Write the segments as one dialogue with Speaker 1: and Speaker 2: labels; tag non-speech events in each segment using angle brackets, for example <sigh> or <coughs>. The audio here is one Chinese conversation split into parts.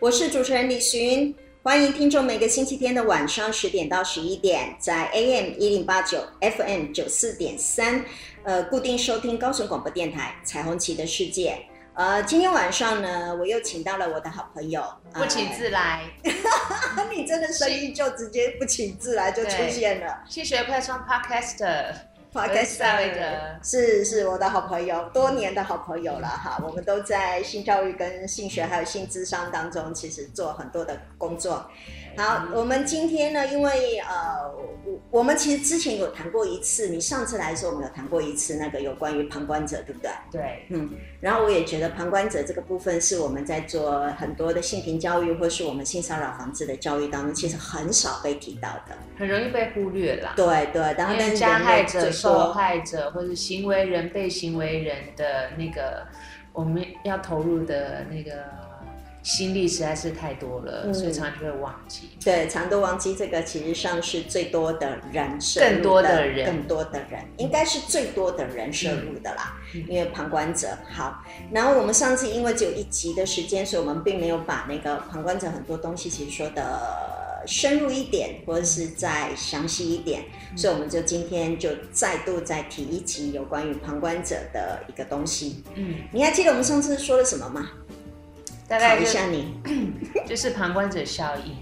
Speaker 1: 我是主持人李寻，欢迎听众每个星期天的晚上十点到十一点，在 AM 一零八九 FM 九四点三，呃，固定收听高雄广播电台《彩虹旗的世界》。呃，今天晚上呢，我又请到了我的好朋友，
Speaker 2: 不请自来，
Speaker 1: 呃、 <laughs> 你真的声音就直接不请自来就出现了。
Speaker 2: 去学会上 Podcaster。
Speaker 1: 华格萨维德是是我的好朋友，多年的好朋友了哈。我们都在性教育、跟性学还有性智商当中，其实做很多的工作。好，我们今天呢，因为呃，我我们其实之前有谈过一次，你上次来的时候，我们有谈过一次那个有关于旁观者，对不对？
Speaker 2: 对，
Speaker 1: 嗯。然后我也觉得旁观者这个部分是我们在做很多的性平教育，或是我们性骚扰防治的教育当中，其实很少被提到的，
Speaker 2: 很容易被忽略啦。
Speaker 1: 对对，然后但是
Speaker 2: 加害者、受害者或者行为人被行为人的那个，我们要投入的那个心力实在是太多了，嗯、所以常常就会忘记。
Speaker 1: 对，常都忘记这个，其实上是最多的人
Speaker 2: 的，更多的人，
Speaker 1: 更多的人，应该是最多的人摄入的啦，嗯、因为旁观者。好，然后我们上次因为只有一集的时间，所以我们并没有把那个旁观者很多东西其实说的。深入一点，或者是再详细一点，嗯、所以我们就今天就再度再提一集有关于旁观者的一个东西。嗯，你还记得我们上次说了什么吗？
Speaker 2: 大概
Speaker 1: 一下
Speaker 2: <laughs>
Speaker 1: 你，
Speaker 2: 就是旁观者效应，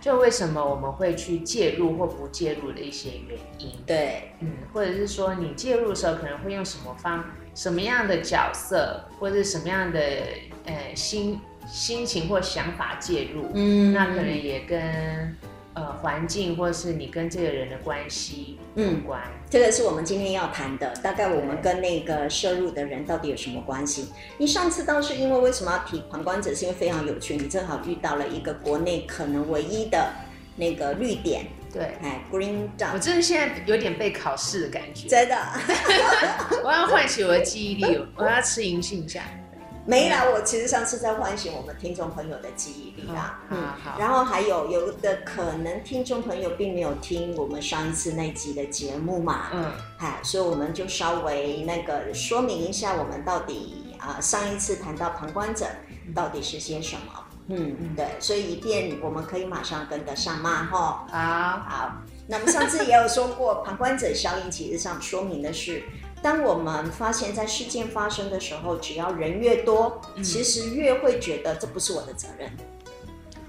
Speaker 2: 就为什么我们会去介入或不介入的一些原因。
Speaker 1: 对，
Speaker 2: 嗯，或者是说你介入的时候可能会用什么方、什么样的角色，或者什么样的呃心。心情或想法介入，嗯，那可能也跟呃环境或是你跟这个人的关系有关、嗯。
Speaker 1: 这个是我们今天要谈的，大概我们跟那个摄入的人到底有什么关系？你上次倒是因为为什么要提旁观者，是因为非常有趣，你正好遇到了一个国内可能唯一的那个绿点。
Speaker 2: 对，
Speaker 1: 哎，Green Dot，
Speaker 2: 我真的现在有点被考试的感觉，
Speaker 1: 真的， <laughs>
Speaker 2: 我要唤起我的记忆力，我要吃银杏一下。
Speaker 1: 没啦，我其实上次在唤醒我们听众朋友的记忆力啦。
Speaker 2: 嗯，好。
Speaker 1: 然后还有有的可能听众朋友并没有听我们上一次那集的节目嘛，嗯，哎，所以我们就稍微那个说明一下，我们到底啊、呃、上一次谈到旁观者到底是些什么。嗯，嗯对，所以一遍我们可以马上跟得上嘛，吼。
Speaker 2: 好，
Speaker 1: 好。那么上次也有说过，旁观者效应其实上说明的是。当我们发现，在事件发生的时候，只要人越多，嗯、其实越会觉得这不是我的责任，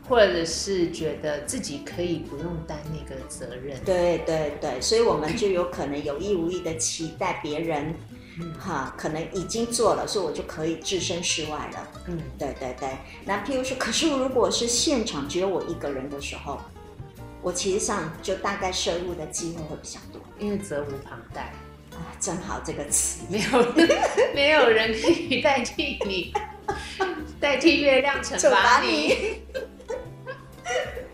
Speaker 2: 或者是觉得自己可以不用担那个责任。
Speaker 1: 对对对，所以我们就有可能有意无意的期待别人，嗯、哈，可能已经做了，所以我就可以置身事外了。嗯，对对对。那譬如说，可是如果是现场只有我一个人的时候，我其实上就大概摄入的机会会比较多，
Speaker 2: 因为责无旁贷。
Speaker 1: 啊，正好这个词
Speaker 2: 没有， <laughs> 没有人可以代替
Speaker 1: <laughs>
Speaker 2: 你，代替月亮惩罚你，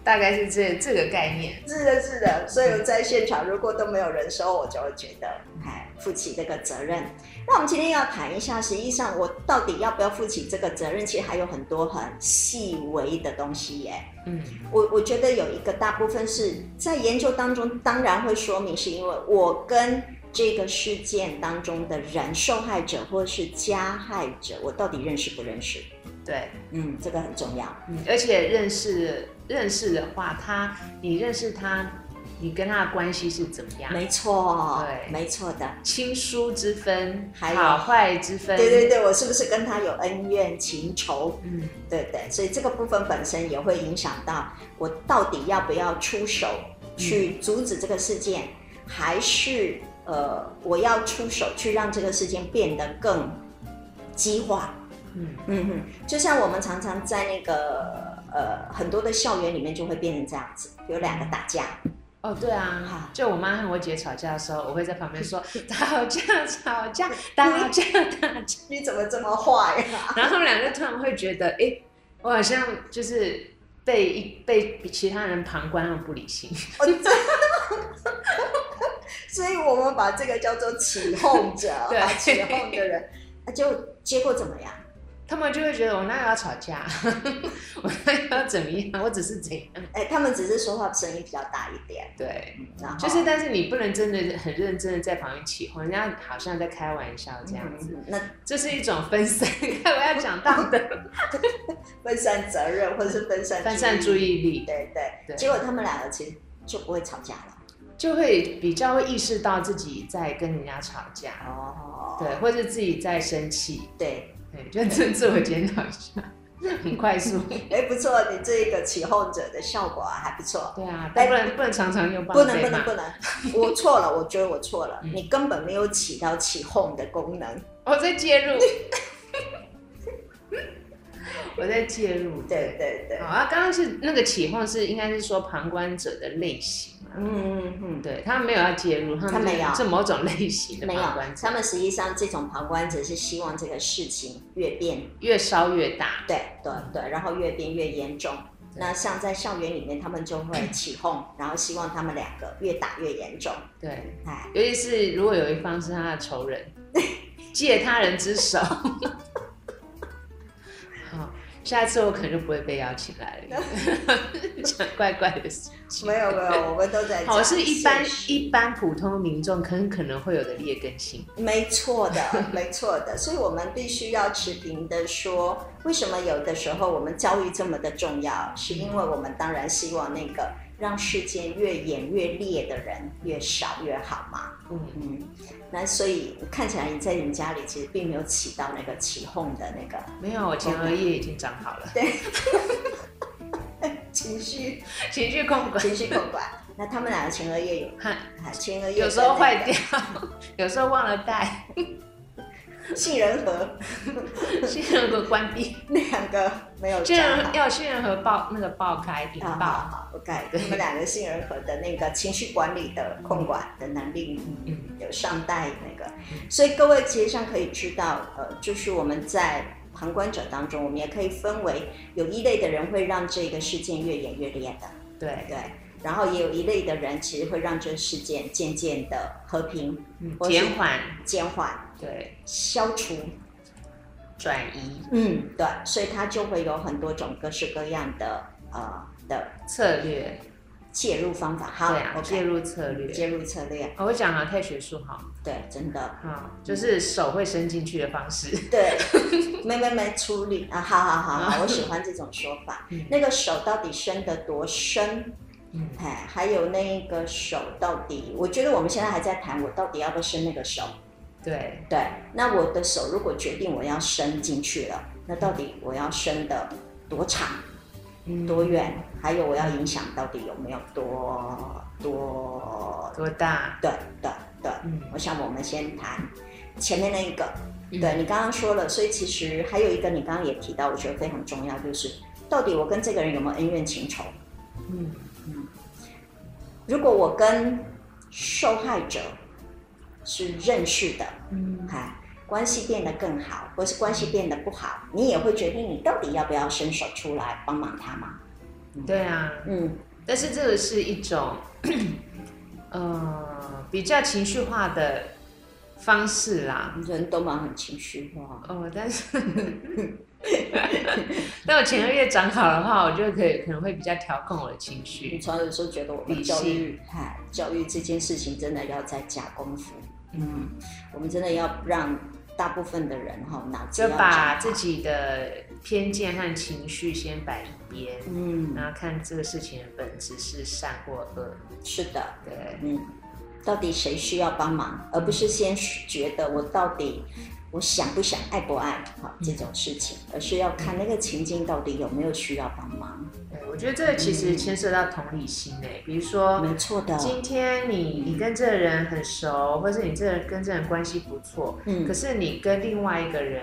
Speaker 2: 大概是这这个概念。
Speaker 1: 是的，是的。所以我在现场如果都没有人收，我就会觉得，哎，负起这个责任。那我们今天要谈一下，实际上我到底要不要负起这个责任？其实还有很多很细微的东西耶。嗯，我我觉得有一个大部分是在研究当中，当然会说明是因为我跟这个事件当中的人，受害者或是加害者，我到底认识不认识？
Speaker 2: 对，
Speaker 1: 嗯，这个很重要。
Speaker 2: 嗯，而且认识认识的话，他你认识他，你跟他的关系是怎么样？
Speaker 1: 没错，
Speaker 2: 对，
Speaker 1: 没错的。
Speaker 2: 亲疏之分，
Speaker 1: 还
Speaker 2: 好坏之分。
Speaker 1: 对对对，我是不是跟他有恩怨情仇？嗯，对对，所以这个部分本身也会影响到我到底要不要出手去阻止这个事件，嗯、还是？呃，我要出手去让这个事件变得更激化。嗯嗯哼，就像我们常常在那个呃很多的校园里面就会变成这样子，有两个打架。
Speaker 2: 哦，对啊，就我妈和我姐吵架的时候，我会在旁
Speaker 1: <laughs>
Speaker 2: 边说吵架吵架打架打架，
Speaker 1: 你怎么这么坏呀、 <laughs>
Speaker 2: 啊？然后他们两个突然会觉得，哎，我好像就是被一被其他人旁观而不理性。
Speaker 1: 哦 <laughs> 所以我们把这个叫做起哄者，把起哄的人，啊，就结果怎么样？
Speaker 2: <laughs> 他们就会觉得我那要吵架，我那要怎么样，我只是怎样。
Speaker 1: 哎，他们只是说话声音比较大一点，
Speaker 2: 对，
Speaker 1: 然后
Speaker 2: 嗯就是但是你不能真的很认真的在旁边起哄，人家好像在开玩笑这样子，
Speaker 1: 嗯那
Speaker 2: 这是一种分散。 <laughs> 看我要讲到的
Speaker 1: 分散责任或是分散
Speaker 2: 分散注
Speaker 1: 力，
Speaker 2: 意力，
Speaker 1: 对对。
Speaker 2: 对
Speaker 1: 结果他们两个其实就不会吵架了。
Speaker 2: 就会比较会意识到自己在跟人家吵架，
Speaker 1: 哦，
Speaker 2: 对，或是自己在生气，
Speaker 1: 对，
Speaker 2: 对，就自自我检讨一下，很快速。
Speaker 1: 哎，不错，你这个起哄者的效果啊还不错。
Speaker 2: 对啊，但不能不能常常用棒
Speaker 1: 不能
Speaker 2: 槌
Speaker 1: 不能
Speaker 2: 嘛
Speaker 1: 不能，我错了，我觉得我错了，
Speaker 2: 嗯
Speaker 1: 你根本没有起到起哄的功能。
Speaker 2: 我在介
Speaker 1: <laughs>
Speaker 2: 入，我在介入。
Speaker 1: 对对对
Speaker 2: 好，啊，刚刚是那个起哄是应该是说旁观者的类型啊，
Speaker 1: 嗯嗯嗯。
Speaker 2: 对他们没有要介入，他们
Speaker 1: 他没有
Speaker 2: 是某种类型的
Speaker 1: 没有
Speaker 2: 旁观，者，
Speaker 1: 他们实际上这种旁观者是希望这个事情越变，
Speaker 2: 越烧越大，
Speaker 1: 对对对，然后越变越严重。那像在校园里面，他们就会起
Speaker 2: <coughs>
Speaker 1: 哄，然后希望他们两个越打越严重。
Speaker 2: 对， <laughs>
Speaker 1: 哎，
Speaker 2: 尤其是如果有一方是他的仇
Speaker 1: <laughs>
Speaker 2: 人，借他人之手， <laughs> 好，下一次我可能就不会被邀请来
Speaker 1: <laughs>
Speaker 2: 了，讲怪怪的事情，
Speaker 1: 没有没有，我们都在
Speaker 2: 好，
Speaker 1: 讲
Speaker 2: 是一般
Speaker 1: 现实
Speaker 2: 一般普通民众可能可能会有的劣根性。
Speaker 1: <laughs> 没错的， <laughs> 没错的，所以我们必须要持平的说，为什么有的时候我们教育这么的重要，是因为我们当然希望那个让世界越演越烈的人越少越好嘛。
Speaker 2: 嗯，
Speaker 1: 嗯，那所以看起来你在你家里其实并没有起到那个起哄的那个
Speaker 2: 没有，我前额叶已经长好了，
Speaker 1: 情绪
Speaker 2: <laughs> 情绪控管，
Speaker 1: 情绪控管。那他们俩的前额叶有，
Speaker 2: 看
Speaker 1: 啊前额叶
Speaker 2: <laughs> 有时候坏掉， <laughs> 有时候忘了带， <laughs>
Speaker 1: 掉，杏仁核
Speaker 2: 杏仁核关闭，
Speaker 1: 那两个没有
Speaker 2: 杏仁
Speaker 1: 长好
Speaker 2: 要杏仁核爆那个爆开引
Speaker 1: 啊，
Speaker 2: 爆，
Speaker 1: 好好，OK，
Speaker 2: 对
Speaker 1: 他们两个杏仁核的那个情绪管理的控管的能力，
Speaker 2: 嗯，
Speaker 1: 有上代那个，所以各位其实上可以知道，呃，就是我们在旁观者当中，我们也可以分为有一类的人会让这个事件越演越烈的，
Speaker 2: 对，
Speaker 1: 对，然后也有一类的人其实会让这个事件渐渐的和平、
Speaker 2: 嗯
Speaker 1: 我是
Speaker 2: 减缓，
Speaker 1: 减缓、
Speaker 2: 对，
Speaker 1: 消除。
Speaker 2: 转移
Speaker 1: 嗯，对，所以它就会有很多种各式各样的呃的
Speaker 2: 策略，
Speaker 1: 介入方法。好
Speaker 2: 对啊，
Speaker 1: ，OK，
Speaker 2: 介入策略。
Speaker 1: 介入策略，
Speaker 2: 哦我讲啊，太学术哈，
Speaker 1: 对，真的，
Speaker 2: 啊，就是手会伸进去的方式，
Speaker 1: 对，没没没处理啊，好好好
Speaker 2: <laughs>
Speaker 1: 好，我喜欢这种说法
Speaker 2: 嗯。
Speaker 1: 那个手到底伸得多深？
Speaker 2: 嗯
Speaker 1: 哎，还有那一个手到底，我觉得我们现在还在谈，我到底要不要伸那个手？
Speaker 2: 对，
Speaker 1: 对，那我的手如果决定我要伸进去了，那到底我要伸的多长、
Speaker 2: 嗯
Speaker 1: 多远，还有我要影响到底有没有多多？
Speaker 2: 多大？
Speaker 1: 对对对，
Speaker 2: 嗯
Speaker 1: 我想我们先谈前面那一个。
Speaker 2: 嗯
Speaker 1: 对你刚刚说了，所以其实还有一个你刚刚也提到，我觉得非常重要，就是到底我跟这个人有没有恩怨情仇？
Speaker 2: 嗯。
Speaker 1: 如果我跟受害者是认识的，
Speaker 2: 嗯
Speaker 1: 哎，关系变得更好，或是关系变得不好，你也会决定你到底要不要伸手出来帮忙他嘛？，
Speaker 2: 对啊，
Speaker 1: 嗯，
Speaker 2: 但是这个是一种， <clears throat> 呃，比较情绪化的方式啦。
Speaker 1: 人都蛮很情绪化，
Speaker 2: 哦，但是， <laughs> 但我前个月长好的话，我就可以可能会比较调控我的情
Speaker 1: 你
Speaker 2: 绪。
Speaker 1: 常有时候觉得我们
Speaker 2: 理
Speaker 1: 教
Speaker 2: 性
Speaker 1: 育，哎，教育这件事情真的要再加功夫，嗯，我们真的要让大部分的人哈脑子
Speaker 2: 就
Speaker 1: 要
Speaker 2: 把
Speaker 1: 长
Speaker 2: 自己的偏见和情绪先摆一边，
Speaker 1: 嗯，
Speaker 2: 然后看这个事情的本质是善或恶。
Speaker 1: 是的，
Speaker 2: 对，
Speaker 1: 嗯，到底谁需要帮忙，而不是先觉得我到底我想不想、爱不爱好这种事情，而是要看那个情境到底有没有需要帮忙。
Speaker 2: 对我觉得这个其实牵涉到同理心诶、比如说，
Speaker 1: 没错的，
Speaker 2: 今天你你跟这个人很熟，或是你这个跟这个人关系不错，
Speaker 1: 嗯
Speaker 2: 可是你跟另外一个人，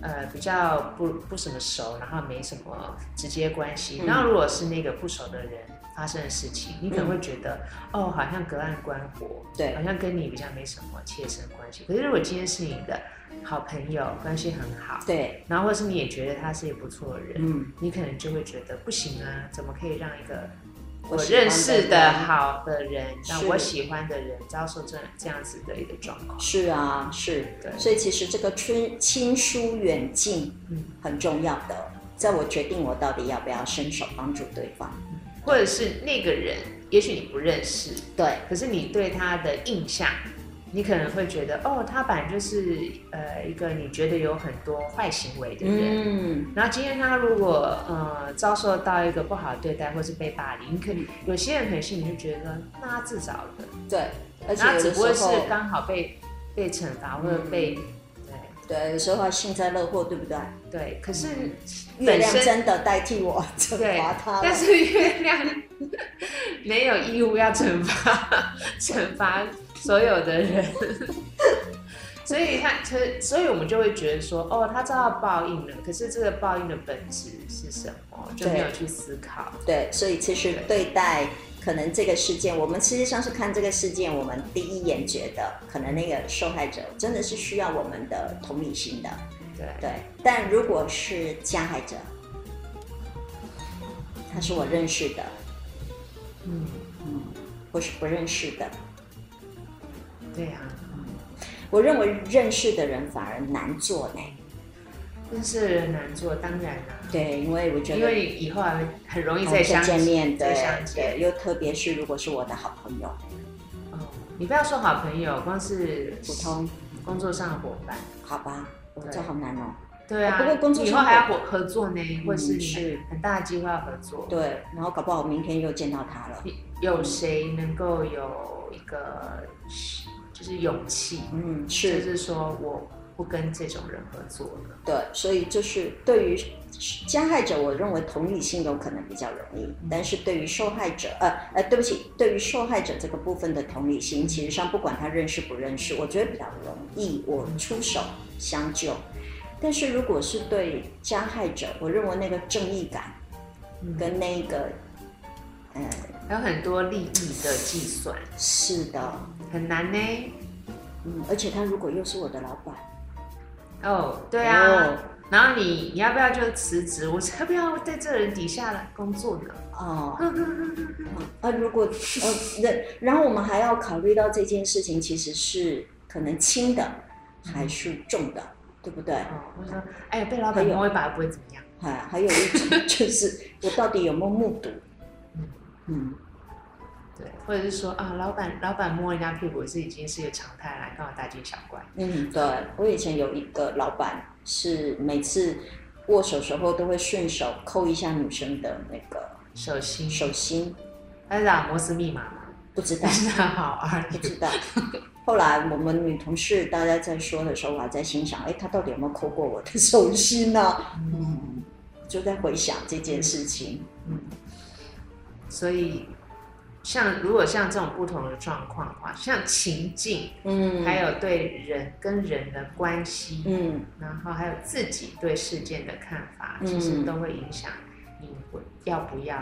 Speaker 2: 呃，比较不不什么熟，然后没什么直接关系。
Speaker 1: 嗯
Speaker 2: 然后如果是那个不熟的人发生的事情，你可能会觉得，哦，好像隔岸观火，
Speaker 1: 对
Speaker 2: 好像跟你比较没什么切身关系。可是如果今天是你的好朋友，关系很好，
Speaker 1: 对，
Speaker 2: 然后或是你也觉得他是一个不错的人，
Speaker 1: 嗯，
Speaker 2: 你可能就会觉得不行啊，怎么可以让一个
Speaker 1: 我
Speaker 2: 我
Speaker 1: 喜欢的
Speaker 2: 认识的好的人，让
Speaker 1: 是
Speaker 2: 我喜欢的人遭受这这样子的一个状况？
Speaker 1: 是啊，是，
Speaker 2: 对
Speaker 1: 所以其实这个亲亲疏远近
Speaker 2: 嗯
Speaker 1: 很重要的。在我决定我到底要不要伸手帮助对方。
Speaker 2: 或者是那个人，也许你不认识，
Speaker 1: 对，
Speaker 2: 可是你对他的印象，你可能会觉得，哦，他本来就是呃一个你觉得有很多坏行为的人。
Speaker 1: 嗯，
Speaker 2: 然后今天他如果呃遭受到一个不好的对待，或是被霸凌，你可能有些人可能心里就觉得，那他自找的，
Speaker 1: 对，而且
Speaker 2: 那
Speaker 1: 有
Speaker 2: 只
Speaker 1: 的
Speaker 2: 不过
Speaker 1: 时
Speaker 2: 是
Speaker 1: 候，嗯
Speaker 2: 刚好被被惩罚或者被、对
Speaker 1: 对，有时候幸灾乐祸，对不对？
Speaker 2: 对，可是
Speaker 1: 嗯月亮
Speaker 2: 本身
Speaker 1: 真的代替我 <laughs> 惩
Speaker 2: 对
Speaker 1: 罚他了，
Speaker 2: 但是月亮 <laughs> 没有义务要惩罚 <laughs> 惩罚所有的人， <laughs> 所以他，所以所以我们就会觉得说，哦，他遭到报应了，可是这个报应的本质是什么，就没有去思考。
Speaker 1: 对，所以其实对待可能这个事件，我们实际上是看这个事件，我们第一眼觉得可能那个受害者真的是需要我们的同理心的，
Speaker 2: 对，
Speaker 1: 对。但如果是加害者，他是我认识的，
Speaker 2: 嗯，
Speaker 1: 或是不认识的，
Speaker 2: 对啊呀、
Speaker 1: 我认为认识的人反而难做呢。
Speaker 2: 但是人难做，当然啦、
Speaker 1: 对，因为我觉
Speaker 2: 因
Speaker 1: 得
Speaker 2: 为以后还会很容易
Speaker 1: 再
Speaker 2: 再相
Speaker 1: 见面，对
Speaker 2: 再相见
Speaker 1: 对，。又特别是如果是我的好朋友，
Speaker 2: 哦，你不要说好朋友，光是
Speaker 1: 普通，
Speaker 2: 工作上的伙伴。
Speaker 1: 好吧，我
Speaker 2: 对
Speaker 1: 这好难哦。
Speaker 2: 对啊，
Speaker 1: 不过工作
Speaker 2: 以
Speaker 1: 上
Speaker 2: 后
Speaker 1: 我
Speaker 2: 还要合合作呢，或是
Speaker 1: 嗯
Speaker 2: 你
Speaker 1: 是
Speaker 2: 很大的机会要合作。，
Speaker 1: 对，然后搞不好明天又见到他了。
Speaker 2: 有谁能够有一个就是勇气，
Speaker 1: 嗯，
Speaker 2: 就是是说我不跟这种人合作了。
Speaker 1: 对，所以就是对于加害者，我认为同理心有可能比较容易，
Speaker 2: 嗯
Speaker 1: 但是对于受害者，呃呃，对不起，对于受害者这个部分的同理心，其实上不管他认识不认识，我觉得比较容易我
Speaker 2: 嗯
Speaker 1: 出手相救。但是如果是对加害者，我认为那个正义感
Speaker 2: 嗯
Speaker 1: 跟那个，嗯，
Speaker 2: 还有很多利益的计算，
Speaker 1: 是的，
Speaker 2: 很难呢。
Speaker 1: 嗯，而且他如果又是我的老板，
Speaker 2: 哦，对啊。
Speaker 1: 哦
Speaker 2: 然后你你要不要就辞职？我才不要在这人底下来工作呢。 <laughs>
Speaker 1: 哦，啊，如果呃，对，然后我们还要考虑到这件事情其实是可能轻的还是重的，对不对？
Speaker 2: 哦，我说，哎，被老板摸一把不会怎么样。
Speaker 1: 还还有一种就是我到底有没有目睹？嗯，
Speaker 2: 对，或者是说啊，老板老板摸人家屁股是已经是一个常态啦，干嘛大惊小怪？
Speaker 1: 嗯，对我以前有一个老板是每次握手时候都会顺手扣一下女生的那个
Speaker 2: 手心，
Speaker 1: 手心，
Speaker 2: 他是打摩斯密码吗？
Speaker 1: 不知道
Speaker 2: 但是他好而
Speaker 1: 不
Speaker 2: 已。
Speaker 1: 知道。后来我们女同事大家在说的时候，我还在心想，哎，她到底有没有扣过我的手心呢、嗯，就在回想这件事情。
Speaker 2: 嗯，所以像如果像这种不同的状况的话，像情境，
Speaker 1: 嗯
Speaker 2: 还有对人跟人的关系，
Speaker 1: 嗯，
Speaker 2: 然后还有自己对事件的看法，
Speaker 1: 嗯
Speaker 2: 其实都会影响你要不要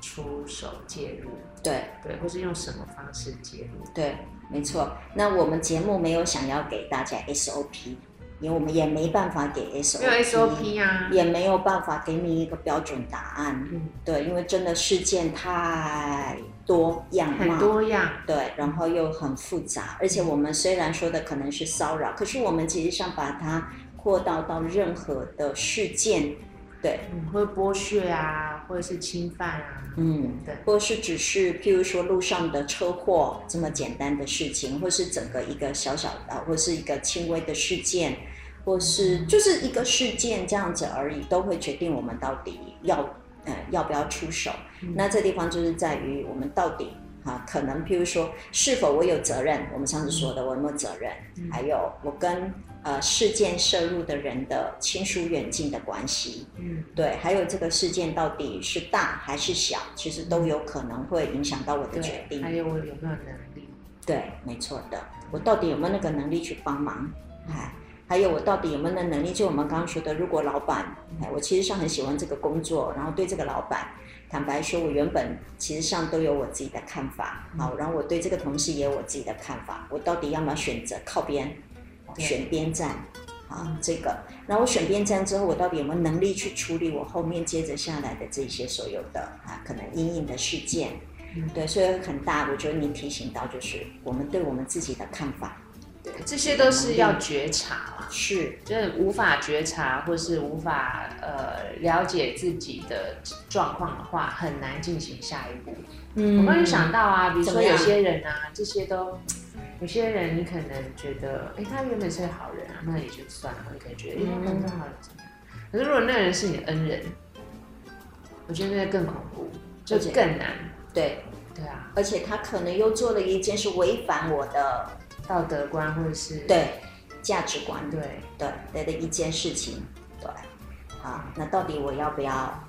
Speaker 2: 出手介入，
Speaker 1: 对
Speaker 2: 对，或是用什么方式介入。
Speaker 1: 对，没错。那我们节目没有想要给大家 SOP，因为我们也没办法给 SOP，
Speaker 2: 没有 SOP 啊，
Speaker 1: 也没有办法给你一个标准答案。
Speaker 2: 嗯，
Speaker 1: 对，因为真的事件太多样貌，
Speaker 2: 很多样。
Speaker 1: 对，然后又很复杂，而且我们虽然说的可能是骚扰，可是我们其实上把它扩大到任何的事件，对，
Speaker 2: 嗯，会剥削啊，或者是侵犯啊，
Speaker 1: 嗯，
Speaker 2: 对
Speaker 1: 或是只是譬如说路上的车祸这么简单的事情，或是整个一个小小的，或是一个轻微的事件，或是
Speaker 2: 嗯
Speaker 1: 就是一个事件这样子而已，都会决定我们到底要呃要不要出手。
Speaker 2: 嗯
Speaker 1: 那这地方就是在于我们到底。啊，可能譬如说，是否我有责任？我们上次说的，我有没有责任？
Speaker 2: 嗯
Speaker 1: 还有我跟呃事件涉入的人的亲疏远近的关系，
Speaker 2: 嗯，
Speaker 1: 对，还有这个事件到底是大还是小，其实都有可能会影响到我的决
Speaker 2: 对，
Speaker 1: 定。
Speaker 2: 还有我有没有能力？
Speaker 1: 对，没错的，我到底有没有那个能力去帮忙？
Speaker 2: 嗯
Speaker 1: 哎，还有我到底有没有那能力？就我们刚刚说的，如果老板，哎，我其实上很喜欢这个工作，然后对这个老板，坦白说，我原本其实上都有我自己的看法，
Speaker 2: 嗯
Speaker 1: 好，然后我对这个同事也有我自己的看法，我到底要不要选择靠边，哦
Speaker 2: 对
Speaker 1: 选边站？啊，这个，然后我选边站之后，我到底有没有能力去处理我后面接着下来的这些所有的啊，可能阴影的事件，对，所以很大，我觉得您提醒到就是我们对我们自己的看法，嗯
Speaker 2: 对，这些都是要觉察啦、
Speaker 1: 是
Speaker 2: 就是无法觉察或是无法呃了解自己的状况的话，很难进行下一步。
Speaker 1: 嗯
Speaker 2: 我刚刚就想到啊，比如
Speaker 1: 怎
Speaker 2: 说
Speaker 1: 么
Speaker 2: 有
Speaker 1: 样
Speaker 2: 些人啊，这些都，有些人你可能觉得，哎、他原本是个好人啊，那也就算了，你可能觉得，哎、他可能是好人
Speaker 1: 嗯
Speaker 2: 怎么样？可是如果那个人是你的恩人，我觉得那个更恐怖，就
Speaker 1: 而且
Speaker 2: 更难。
Speaker 1: 对，
Speaker 2: 对啊，
Speaker 1: 而且他可能又做了一件是违反我的
Speaker 2: 道德观或者是
Speaker 1: 对价值观的
Speaker 2: 对，
Speaker 1: 对对的一件事情，对，好，那到底我要不要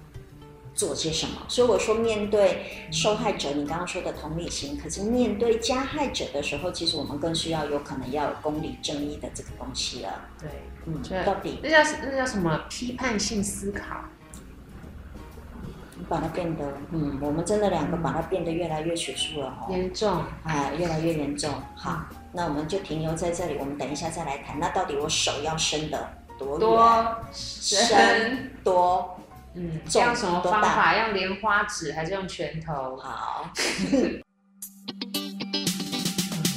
Speaker 1: 做些什么？所以我说，面对受害者，你刚刚说的同理心，可是面对加害者的时候，其实我们更需要有可能要有公理正义的这个东西了。
Speaker 2: 对，
Speaker 1: 嗯
Speaker 2: 对，
Speaker 1: 到底
Speaker 2: 那叫那叫什么批判性思考？
Speaker 1: 把它变得，嗯，我们真的两个把它变得越来越学术了哦。
Speaker 2: 严重，
Speaker 1: 啊，越来越严重。好，
Speaker 2: 嗯
Speaker 1: 那我们就停留在这里，我们等一下再来谈。那到底我手要伸的多远
Speaker 2: 多
Speaker 1: 深
Speaker 2: 深，
Speaker 1: 多
Speaker 2: 嗯，
Speaker 1: 哦重
Speaker 2: 用什么
Speaker 1: 多
Speaker 2: 方
Speaker 1: 大
Speaker 2: 法？用莲花指还是用拳头？
Speaker 1: 好？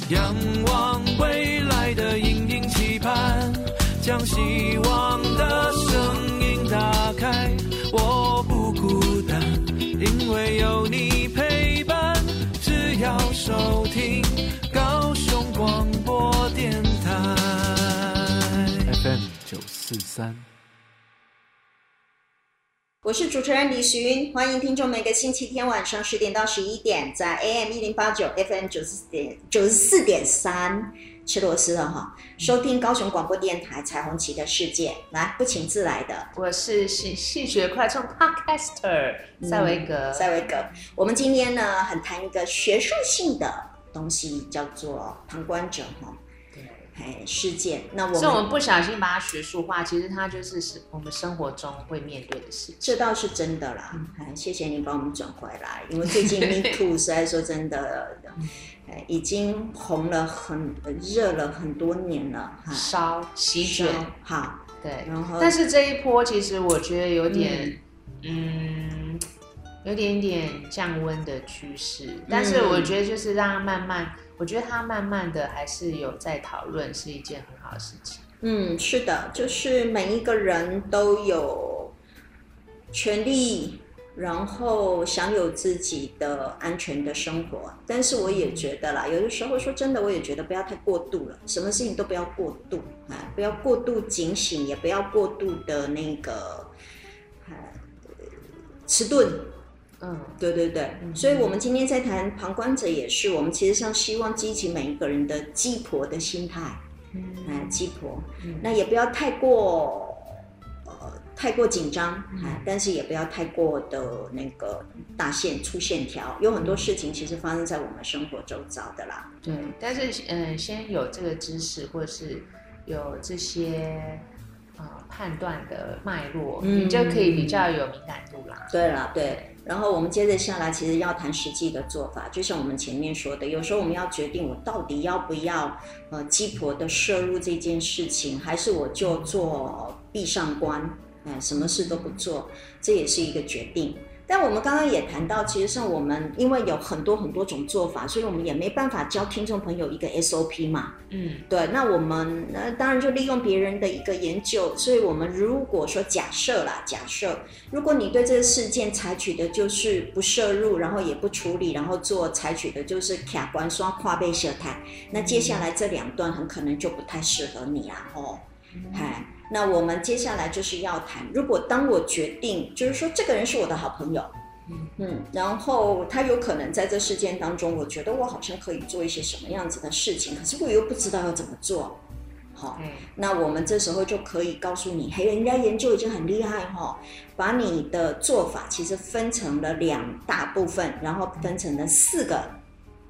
Speaker 3: 仰望未来的隐隐期盼，将希望的声音打开。我不孤单，因为有你陪伴。只要收听高雄广播电台 FM 九四三。
Speaker 1: 我是主持人李寻，欢迎听众每个星期天晚上十点到十一点，在 AM 一零八九 FM 九四点九十四点三吃螺丝了哈，收听高雄广播电台《彩虹旗的世界》，来不请自来的
Speaker 2: 我是戏戏学快充 Podcaster 塞嗯维格，
Speaker 1: 嗯塞维格。我们今天呢，很谈一个学术性的东西，叫做旁观者哈，
Speaker 2: 对，
Speaker 1: 哎，事件。那我
Speaker 2: 所以我
Speaker 1: 们
Speaker 2: 们不小心把它学术化，其实它就是是我们生活中会面对的事情。
Speaker 1: 这倒是真的啦，
Speaker 2: 嗯
Speaker 1: 哎，谢谢你帮我们转回来，因为最
Speaker 2: <laughs>
Speaker 1: 近 Me Too 实在说真的，哎，已经红了很呃热了很多年了哈。
Speaker 2: 烧席卷，
Speaker 1: 好，
Speaker 2: 对。
Speaker 1: 然后
Speaker 2: 但是这一波其实我觉得有点，嗯，有点点降温的趋势。但是我觉得就是让它慢慢，我觉得它慢慢的还是有在讨论，是一件很好的事情。
Speaker 1: 嗯，是的，就是每一个人都有权利，然后享有自己的安全的生活。但是我也觉得啦，有的时候说真的，我也觉得不要太过度了，什么事情都不要过度啊，不要过度警醒，也不要过度的那个啊迟钝。
Speaker 2: 嗯，
Speaker 1: 对对对，所以我们今天在谈旁观者，也是我们其实上希望激起每一个人的鸡婆的心态。哎，鸡婆，
Speaker 2: 嗯
Speaker 1: 那也不要太过，呃，太过紧张，
Speaker 2: 嗯
Speaker 1: 哎，但是也不要太过的那个大线粗线条，有
Speaker 2: 嗯
Speaker 1: 很多事情其实发生在我们生活周遭的啦。
Speaker 2: 对，但是嗯、呃先有这个知识，或是有这些呃判断的脉络，
Speaker 1: 嗯
Speaker 2: 你就可以比较有敏感度啦。
Speaker 1: 对了，对，然后我们接着下来，其实要谈实际的做法，就像我们前面说的，有时候我们要决定我到底要不要呃鸡婆的摄入这件事情，还是我就做闭上关，哎，什么事都不做，这也是一个决定。但我们刚刚也谈到，其实像我们因为有很多很多种做法，所以我们也没办法教听众朋友一个 SOP 嘛。
Speaker 2: 嗯，
Speaker 1: 对，那我们呃当然就利用别人的一个研究，所以我们如果说假设啦，假设如果你对这个事件采取的就是不摄入，然后也不处理，然后做采取的就是卡关刷跨背舌苔，那接下来这两段很可能就不太适合你啦哦，
Speaker 2: 嗯
Speaker 1: 嗨。那我们接下来就是要谈，如果当我决定，就是说这个人是我的好朋友，嗯，然后他有可能在这事件当中，我觉得我好像可以做一些什么样子的事情，可是我又不知道要怎么做。好、
Speaker 2: 对，
Speaker 1: 那我们这时候就可以告诉你，嘿，人家研究已经很厉害哈、把你的做法其实分成了两大部分，然后分成了四个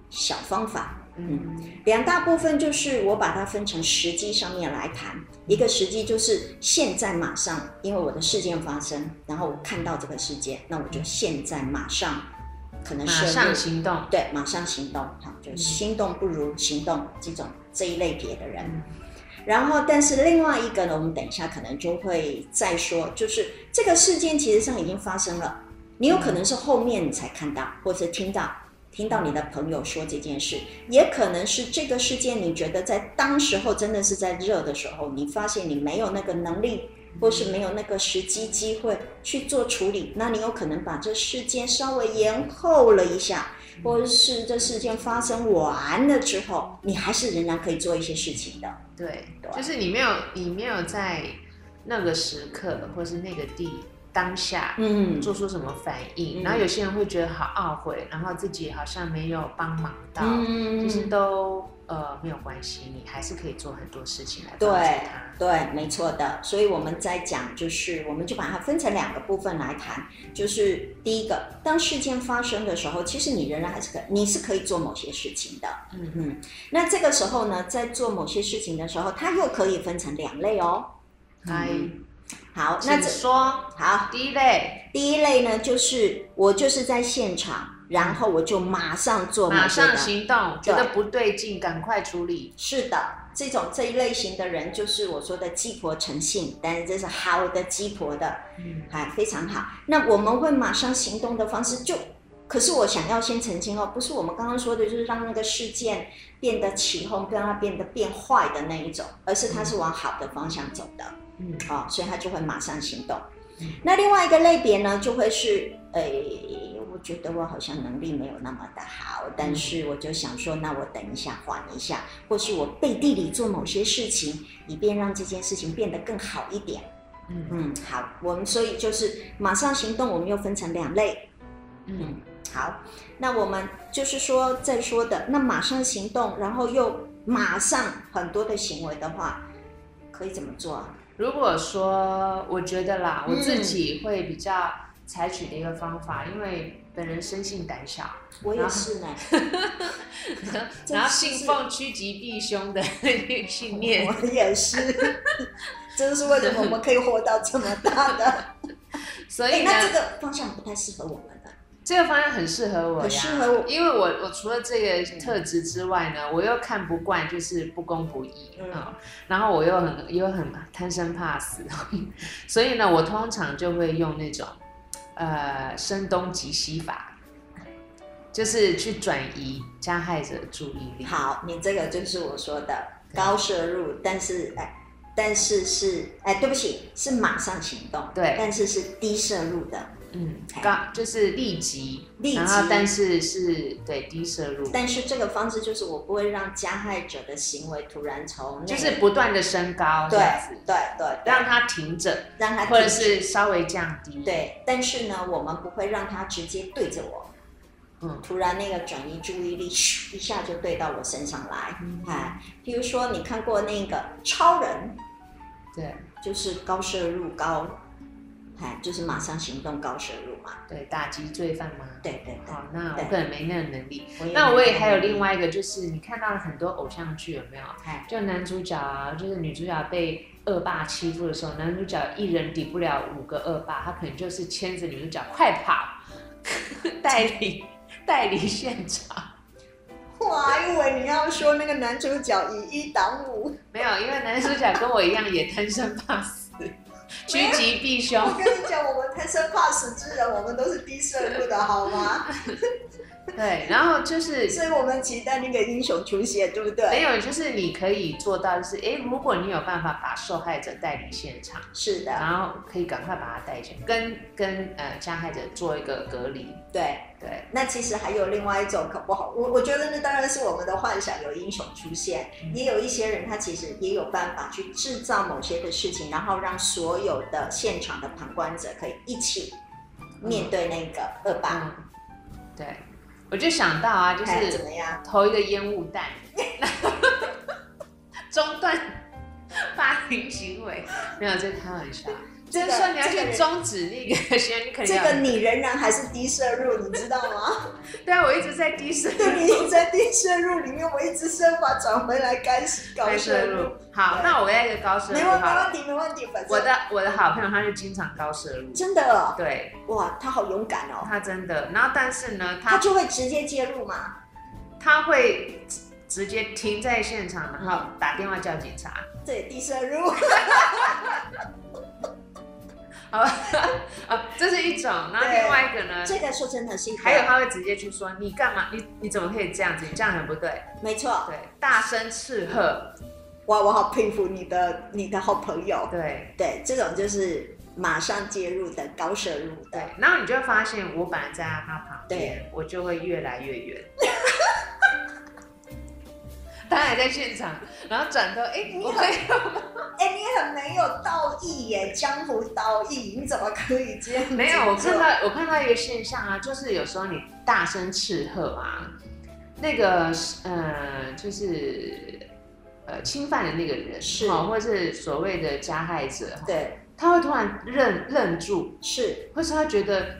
Speaker 1: 小方法。
Speaker 2: 嗯，
Speaker 1: 两大部分就是我把它分成时机上面来谈，一个时机就是现在马上，因为我的事件发生，然后我看到这个事件，那我就现在马上可能
Speaker 2: 马
Speaker 1: 摄入
Speaker 2: 上行动。
Speaker 1: 对，马上行动，哈，就心动不如行动这种这一类别的人。
Speaker 2: 嗯
Speaker 1: 然后，但是另外一个呢，我们等一下可能就会再说，就是这个事件其实上已经发生了，你有可能是后面你才看到或者听到，听到你的朋友说这件事，也可能是这个事件，你觉得在当时候真的是在热的时候，你发现你没有那个能力，或是没有那个时机机会去做处理，那你有可能把这事件稍微延后了一下，
Speaker 2: 嗯
Speaker 1: 或者是这事件发生完了之后，你还是仍然可以做一些事情的。
Speaker 2: 对，
Speaker 1: 对
Speaker 2: 就是你没有你没有在那个时刻或是那个地当下
Speaker 1: 嗯
Speaker 2: 做出什么反应，
Speaker 1: 嗯
Speaker 2: 然后有些人会觉得好懊悔，然后自己好像没有帮忙到，
Speaker 1: 嗯
Speaker 2: 其实都呃没有关系，你还是可以做很多事情来帮助
Speaker 1: 对
Speaker 2: 他。
Speaker 1: 对，没错的。所以我们在讲，就是我们就把它分成两个部分来谈。就是第一个，当事件发生的时候，其实你仍然还是可，你是可以做某些事情的。
Speaker 2: 嗯，
Speaker 1: 嗯，那这个时候呢，在做某些事情的时候，它又可以分成两类哦。
Speaker 2: 来，
Speaker 1: 好，那
Speaker 2: 请
Speaker 1: 这
Speaker 2: 说
Speaker 1: 好，
Speaker 2: 第一类，
Speaker 1: 第一类呢，就是我就是在现场，然后我就马上做某
Speaker 2: 马
Speaker 1: 些
Speaker 2: 上
Speaker 1: 的
Speaker 2: 行动，觉
Speaker 1: 对
Speaker 2: 得不对劲，赶快处理。
Speaker 1: 是的，这种这一类型的人就是我说的鸡婆成性，但是这是好的鸡婆的，
Speaker 2: 嗯，
Speaker 1: 哎，非常好。那我们会马上行动的方式就，可是我想要先澄清哦，不是我们刚刚说的，就是让那个事件变得起哄，不让它变得变坏的那一种，而是它是往好的方向走的。
Speaker 2: 嗯
Speaker 1: 啊、所以他就会马上行动
Speaker 2: 嗯。
Speaker 1: 那另外一个类别呢，就会是，诶、我觉得我好像能力没有那么的好，但是我就想说，那我等一下缓一下，或是我背地里做某些事情，以便让这件事情变得更好一点。
Speaker 2: 嗯
Speaker 1: 嗯，好，我们所以就是马上行动，我们又分成两类。
Speaker 2: 嗯
Speaker 1: 嗯，好，那我们就是说在说的，那马上行动，然后又马上很多的行为的话，可以怎么做啊？
Speaker 2: 如果说我觉得啦，我
Speaker 1: 嗯
Speaker 2: 自己会比较采取的一个方法，因为本人生性胆小，
Speaker 1: 我也是呢。真
Speaker 2: 然后 <laughs>
Speaker 1: 是
Speaker 2: 信奉趋吉避凶的信念，
Speaker 1: 我也是，
Speaker 2: <laughs>
Speaker 1: 这就是为什么我们可以活到这么大
Speaker 2: <laughs>
Speaker 1: 的。
Speaker 2: 所
Speaker 1: 哎、
Speaker 2: 以呢，
Speaker 1: 那这个方向不太适合我们了。
Speaker 2: 这个方向很适合我呀，
Speaker 1: 很适合我
Speaker 2: 因为我我除了这个特质之外呢，我又看不惯就是不公不义啊、
Speaker 1: 嗯
Speaker 2: 然后我又很又很贪生怕死， <laughs> 所以呢，我通常就会用那种呃声东击西法，就是去转移加害者的注意力。
Speaker 1: 好，你这个就是我说的高摄入，但是哎。但是是哎，对不起，是马上行动，
Speaker 2: 对
Speaker 1: 但是是低摄入的，
Speaker 2: 嗯，刚就是立即，
Speaker 1: 立即
Speaker 2: 然后但是是对低摄入，
Speaker 1: 但是这个方式就是我不会让加害者的行为突然从那个
Speaker 2: 就是不断的升高这
Speaker 1: 对
Speaker 2: 样子，
Speaker 1: 对对，对
Speaker 2: 让它停着，
Speaker 1: 让他
Speaker 2: 或者
Speaker 1: 停止
Speaker 2: 是稍微降低。。
Speaker 1: 啊对，但是呢，我们不会让他直接对着我，
Speaker 2: 嗯
Speaker 1: 突然那个转移注意力，咻一下就对到我身上来
Speaker 2: 嗯，
Speaker 1: 哎、比如说你看过那个超人，
Speaker 2: 对
Speaker 1: 就是高摄入高，哎，就是马上行动高摄入嘛，
Speaker 2: 对，打击罪犯吗？
Speaker 1: 对对对
Speaker 2: 好，那
Speaker 1: 对
Speaker 2: 我可能没那个能力。
Speaker 1: 也
Speaker 2: 那我也
Speaker 1: 没
Speaker 2: 还有另外一个，就是你看到了很多偶像剧有没有？
Speaker 1: 哎，
Speaker 2: 就男主角啊，就是女主角被恶霸欺负的时候，男主角一人抵不了五个恶霸，他可能就是牵着女主角快跑， <laughs> 带离带离现场。
Speaker 1: 我还以为你要说那个男主角以一挡
Speaker 2: <laughs>
Speaker 1: 五，
Speaker 2: 没有，因为男主角跟我一样也贪生怕死，趋吉避凶
Speaker 1: 我。跟你讲，我们贪生怕死之人，我们都是低摄入的好吗？
Speaker 2: 对，然后就是
Speaker 1: 所以我们期待那个英雄出现，对不
Speaker 2: 没
Speaker 1: 对？
Speaker 2: 有，就是你可以做到，就是诶，如果你有办法把受害者带离现场，
Speaker 1: 是的，
Speaker 2: 然后可以赶快把他带去，跟跟呃加害者做一个隔离。
Speaker 1: 对。
Speaker 2: 对，
Speaker 1: 那其实还有另外一种可不好，我我觉得那当然是我们的幻想有英雄出现，
Speaker 2: 嗯
Speaker 1: 也有一些人他其实也有办法去制造某些的事情，然后让所有的现场的旁观者可以一起面对那个恶霸，
Speaker 2: 嗯，对，我就想到啊，就
Speaker 1: 看怎么
Speaker 2: 是
Speaker 1: 样？
Speaker 2: 投一个烟雾弹， <laughs> 中断霸凌行为，没有，这是开玩笑。就是说你要
Speaker 1: 这个
Speaker 2: 去
Speaker 1: 人
Speaker 2: 终止那个 <laughs> 行为，你可能
Speaker 1: 这
Speaker 2: 要
Speaker 1: 个你仍然还是低摄入，你知道吗？ <laughs>
Speaker 2: 对啊，我一直在低声
Speaker 1: 对，你一直在低摄入里面，我一直设法转回来开始高
Speaker 2: 低
Speaker 1: 摄
Speaker 2: 摄
Speaker 1: 入
Speaker 2: 入。，好，
Speaker 1: 对
Speaker 2: 那我要一个高摄入
Speaker 1: 没啊
Speaker 2: 好
Speaker 1: 问没问
Speaker 2: 了。
Speaker 1: 题，没问题，反
Speaker 2: 我
Speaker 1: 正
Speaker 2: 的我的好朋友他就经常高摄入，
Speaker 1: 真的哦
Speaker 2: 对
Speaker 1: 哇，他好勇敢哦，
Speaker 2: 他真的，然后但是呢，
Speaker 1: 他
Speaker 2: 他
Speaker 1: 就会直接介入嘛。
Speaker 2: 他会直直接停在现场，然后打电话叫警察，
Speaker 1: 对，低摄入。
Speaker 2: <laughs> 好吧啊，哦这是一种。然后
Speaker 1: 对
Speaker 2: 另外一个呢，
Speaker 1: 这个说真的是一个
Speaker 2: 嗯还有他会直接去说你干嘛？你你怎么可以这样子？你这样很不对。
Speaker 1: 没错，
Speaker 2: 对，大声斥喝。
Speaker 1: 哇，我好佩服你的你的好朋友。
Speaker 2: 对
Speaker 1: 对，这种就是马上介入的高摄入
Speaker 2: 对
Speaker 1: 的，，
Speaker 2: 然后你就会发现，我本来站在他旁边
Speaker 1: 对，
Speaker 2: 我就会越来越远。 <laughs> 他还在现场，然后转头，哎、
Speaker 1: 你
Speaker 2: 我
Speaker 1: 很
Speaker 2: 会
Speaker 1: 哎、你很没有道义耶，江湖道义，你怎么可以嗯这样子做？
Speaker 2: 没有，我看到我看到一个现象啊，就是有时候你大声斥喝啊，那个呃，就是呃侵犯的那个人
Speaker 1: 是
Speaker 2: 哦，或是所谓的加害者，哦
Speaker 1: 对，
Speaker 2: 他会突然愣愣住，
Speaker 1: 是
Speaker 2: 或是他觉得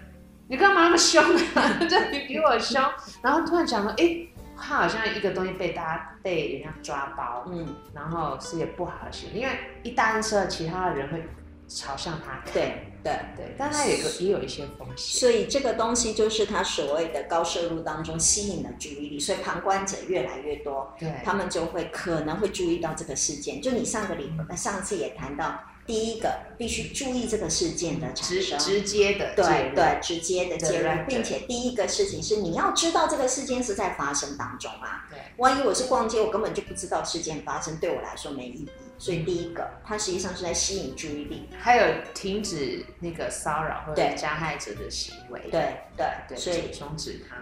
Speaker 2: 你干嘛那么凶啊？ <laughs> 就你比我凶，然后突然想到，哎，他好像一个东西被大家被人家抓包，
Speaker 1: 嗯，
Speaker 2: 然后是也不好的事，因为一大声斥喝，其他的人会朝向他看。
Speaker 1: 对对。
Speaker 2: 对，但它有一个也有一些风险。
Speaker 1: 所以这个东西就是他所谓的高摄入当中吸引了注意力，所以旁观者越来越多，
Speaker 2: 对，
Speaker 1: 他们就会可能会注意到这个事件。就你上个礼拜、上次也谈到，第一个必须注意这个事件的产
Speaker 2: 直
Speaker 1: 生，
Speaker 2: 直接的介
Speaker 1: 对
Speaker 2: 入
Speaker 1: 对，直接的介
Speaker 2: 对对
Speaker 1: 入，并且第一个事情是你要知道这个事件是在发生当中啊。
Speaker 2: 对
Speaker 1: 万一我是逛街，我根本就不知道事件发生，对我来说没意义。所以第一个，它实际上是在吸引注意力。
Speaker 2: 还有停止那个骚扰或者
Speaker 1: 对
Speaker 2: 加害者的行为，
Speaker 1: 对对
Speaker 2: 对，
Speaker 1: 所以
Speaker 2: 终止他，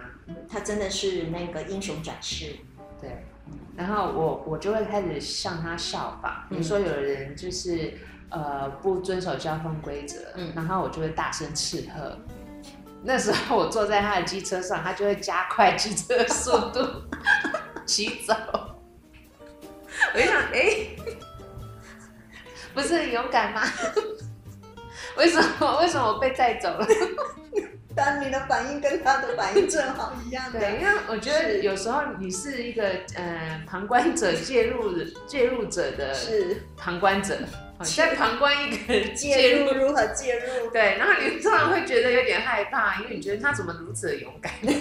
Speaker 1: 它真的是那个英雄展示。
Speaker 2: 对。然后我我就会开始向他效仿，比如
Speaker 1: 嗯
Speaker 2: 说有人就是呃不遵守交通规则，
Speaker 1: 嗯
Speaker 2: 然后我就会大声斥喝。那时候我坐在他的机车上，他就会加快机车的速度 <laughs> 骑走。我就想，哎、不是很勇敢吗？ <laughs> 为什么为什么我被带走了？
Speaker 1: 但你的反应跟他的反应正好一样
Speaker 2: 对，
Speaker 1: 的。
Speaker 2: 因为我觉得有时候你是一个呃旁观者介入的介入者的
Speaker 1: 是
Speaker 2: 旁观 <laughs> 者，哦你
Speaker 1: 是
Speaker 2: 在旁观一个人
Speaker 1: 介
Speaker 2: 呃介
Speaker 1: 入
Speaker 2: 入，
Speaker 1: 如何介入？
Speaker 2: <laughs> 对，然后你突然会觉得有点害怕，因为你觉得他怎么如此的勇敢。 <laughs>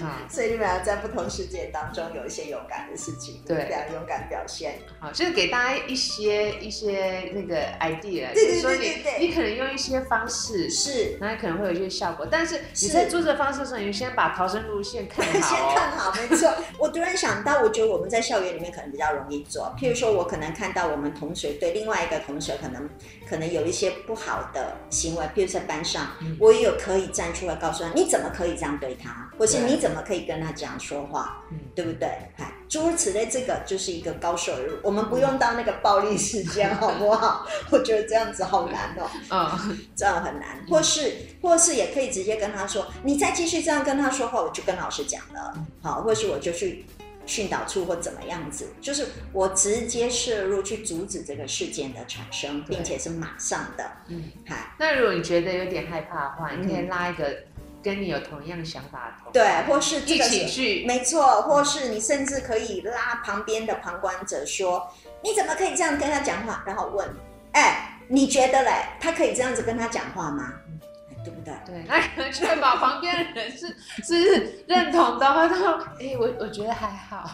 Speaker 2: 好，
Speaker 1: 所以你们俩在不同事件当中有一些勇敢的事情，
Speaker 2: 对
Speaker 1: 非常勇敢表现。
Speaker 2: 好，就是给大家一些一些那个 idea，
Speaker 1: 对
Speaker 2: 就
Speaker 1: 对
Speaker 2: 是说
Speaker 1: 对对
Speaker 2: 你
Speaker 1: 对
Speaker 2: 你可能用一些方式，
Speaker 1: 是，
Speaker 2: 那可能会有一些效果，但是你
Speaker 1: 是
Speaker 2: 在做这个方式的时候，你先把逃生路线看 <laughs>
Speaker 1: 先
Speaker 2: 好哦。
Speaker 1: 看好，没错。我突然想到，我觉得我们在校园里面可能比较容易做，譬如说，我可能看到我们同学对另外一个同学可能可能有一些不好的行为，譬如在班上
Speaker 2: 嗯，
Speaker 1: 我也有可以站出来告诉他，你怎么可以这样对他，或是
Speaker 2: 对
Speaker 1: 你怎么可以跟他这样说话，
Speaker 2: 嗯
Speaker 1: 对不对？哎，诸如此类，这个就是一个高收入，我们
Speaker 2: 嗯
Speaker 1: 不用到那个暴力事件，好不好？ <laughs> 我觉得这样子好难哦。
Speaker 2: 嗯，
Speaker 1: 这样很难，或是或是也可以直接跟他说，你再继续这样跟他说话，我就跟老师讲了，
Speaker 2: 嗯
Speaker 1: 好，或是我就去训导处或怎么样子，就是我直接摄入去阻止这个事件的产生，
Speaker 2: 对
Speaker 1: 并且是马上的，
Speaker 2: 嗯
Speaker 1: 嗨，
Speaker 2: <laughs> 那如果你觉得有点害怕的话，你可以
Speaker 1: 嗯
Speaker 2: 拉一个跟你有同样想法的同
Speaker 1: 对，或是这
Speaker 2: 一
Speaker 1: 个
Speaker 2: 起
Speaker 1: 是。
Speaker 2: 去
Speaker 1: 没错，或是你甚至可以拉旁边的旁观者说，你怎么可以这样跟他讲话？然后问，哎、你觉得嘞，他可以这样子跟他讲话吗？哎
Speaker 2: 嗯
Speaker 1: 对不对？
Speaker 2: 对，那可能确保旁边的人
Speaker 1: <laughs>
Speaker 2: 是是认同的话，他说：“哎、我我觉得还好。”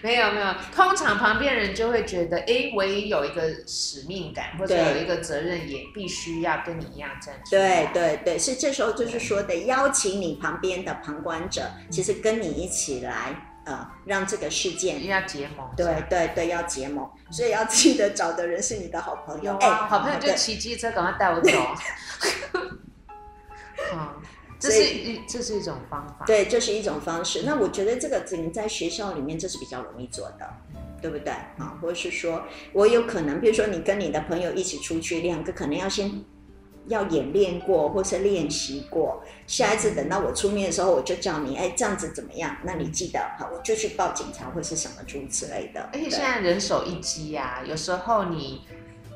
Speaker 2: 没有没有，通常旁边人就会觉得：“哎、我也有一个使命感，或者
Speaker 1: 对
Speaker 2: 有一个责任，也必须要跟你一样站出来。
Speaker 1: 对”对对，是这时候就是说的，邀请你旁边的旁观者，其实跟你一起来，呃，让这个事件，
Speaker 2: 要结盟。
Speaker 1: 对对对，要结盟，所以要记得找的人是你的好朋友
Speaker 2: 有，
Speaker 1: 哎、
Speaker 2: 啊，好朋友就
Speaker 1: 对
Speaker 2: 骑机车赶快带我走。啊 <laughs> 好，这
Speaker 1: 所
Speaker 2: 是
Speaker 1: 以
Speaker 2: 一这是一种方法。
Speaker 1: 对，这是一种方式。那我觉得这个只能在学校里面，这是比较容易做的，对不对？啊，或者是说我有可能，比如说你跟你的朋友一起出去，两个可能要先要演练过，或是练习过。下一次等到我出面的时候，我就叫你，哎，这样子怎么样？那你记得，好，我就去报警察或是什么诸如此类的。
Speaker 2: 而且
Speaker 1: 对
Speaker 2: 现在人手一机呀、有时候你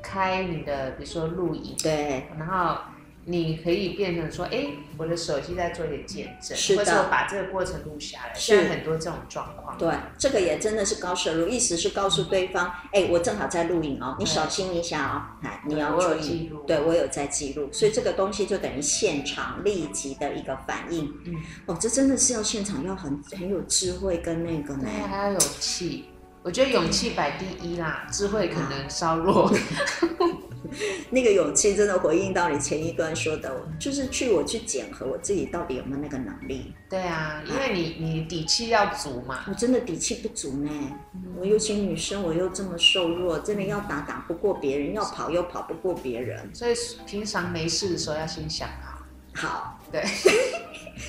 Speaker 2: 开你的，比如说录影，
Speaker 1: 对
Speaker 2: 然后你可以变成说，哎，我的手机在做一点见证，
Speaker 1: 是的
Speaker 2: 或者我把这个过程录下来，
Speaker 1: 是
Speaker 2: 现在很多这种状况。
Speaker 1: 对，这个也真的是高摄入，意思是告诉对方，
Speaker 2: 嗯
Speaker 1: 哎，我正好在录影哦，你
Speaker 2: 对
Speaker 1: 小心一下哦，哎，你
Speaker 2: 嗯对
Speaker 1: 要
Speaker 2: 我有
Speaker 1: 注意。
Speaker 2: 记录。
Speaker 1: 对，我有在记录，所以这个东西就等于现场立即的一个反应。
Speaker 2: 嗯
Speaker 1: 哦，这真的是要现场要很很有智慧跟那个呢
Speaker 2: 啊对，，还要有气，我觉得勇气摆第一啦，智慧可能稍弱。
Speaker 1: 嗯 <laughs> 那个勇气真的回应到你前一段说的，就是去我去检核我自己到底有没有那个能力。
Speaker 2: <laughs> 对啊，因为你你底气要足嘛。
Speaker 1: 我真的底气不足呢，
Speaker 2: 嗯
Speaker 1: 我尤其女生，我又这么瘦弱，真的要打打不过别人，要跑又跑不过别人。
Speaker 2: 所以平常没事的时候要先想好，
Speaker 1: 好，
Speaker 2: <laughs> 对，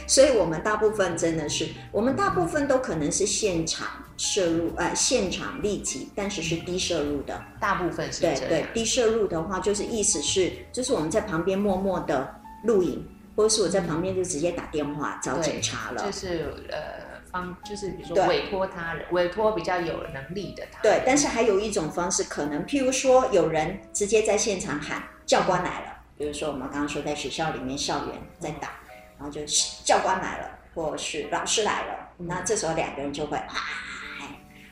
Speaker 1: 所以我们大部分真的是，我们大部分都可能是现场摄入，呃，现场立即，但是是低摄入的。
Speaker 2: 大部分是
Speaker 1: 对
Speaker 2: 这
Speaker 1: 对
Speaker 2: 样，。
Speaker 1: 低摄入的话，就是意思是，就是我们在旁边默默的录影，或者是我在旁边就直接打电话找警察了
Speaker 2: 就。是呃方，就是比如说
Speaker 1: 对
Speaker 2: 委托他人，委托比较有能力的他。
Speaker 1: 对，但是还有一种方式，可能譬如说有人直接在现场喊教官来了，比如说我们刚刚说在学校里面校园在打，然后就是教官来了，或是老师来了，
Speaker 2: 嗯
Speaker 1: 那这时候两个人就会啊，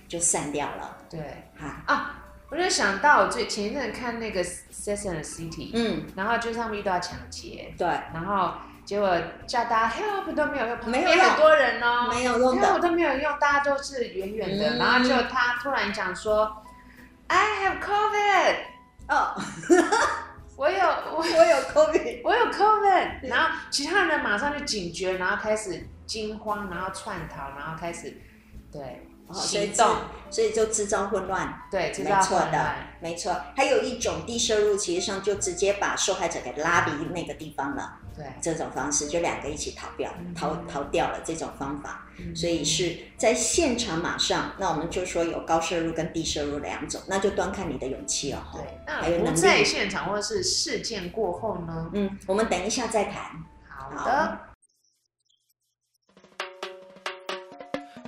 Speaker 1: 就散掉了
Speaker 2: 对
Speaker 1: 哈。
Speaker 2: 啊，我就想到我最前一阵看那个《Sex and the City》，
Speaker 1: 嗯，
Speaker 2: 然后就是他们遇到抢劫，
Speaker 1: 对，
Speaker 2: 然后结果叫大家 help 都没有用，旁
Speaker 1: 没有
Speaker 2: 边
Speaker 1: 用
Speaker 2: 很多人哦，
Speaker 1: 没有用的
Speaker 2: help 都没有用，大家都是远远的，
Speaker 1: 嗯
Speaker 2: 然后就他突然讲说，I have COVID，
Speaker 1: 哦， <laughs>
Speaker 2: 我有 <laughs> 我
Speaker 1: 我有 COVID。
Speaker 2: 我有 COVID，然后其他人马上就警觉，然后开始惊慌，然后窜逃，然后开始对、
Speaker 1: 哦所以
Speaker 2: 行
Speaker 1: 制
Speaker 2: 动，
Speaker 1: 所以就制造混乱，
Speaker 2: 对，这
Speaker 1: 没
Speaker 2: 叫
Speaker 1: 错
Speaker 2: 混
Speaker 1: 的
Speaker 2: 乱，，
Speaker 1: 没错。还有一种低摄入，其实上就直接把受害者给拉离那个地方了，
Speaker 2: 对，
Speaker 1: 这种方式就两个一起逃掉，
Speaker 2: 嗯
Speaker 1: 逃逃掉了这种方法。
Speaker 2: 嗯
Speaker 1: 所以是在现场马上，那我们就说有高摄入跟低摄入两种，那就端看你的勇气了哦。
Speaker 2: 对，
Speaker 1: 还有
Speaker 2: 那不
Speaker 1: 能力
Speaker 2: 在现场或者是事件过后呢？
Speaker 1: 嗯，我们等一下再谈。
Speaker 2: 好
Speaker 1: 好
Speaker 2: 的，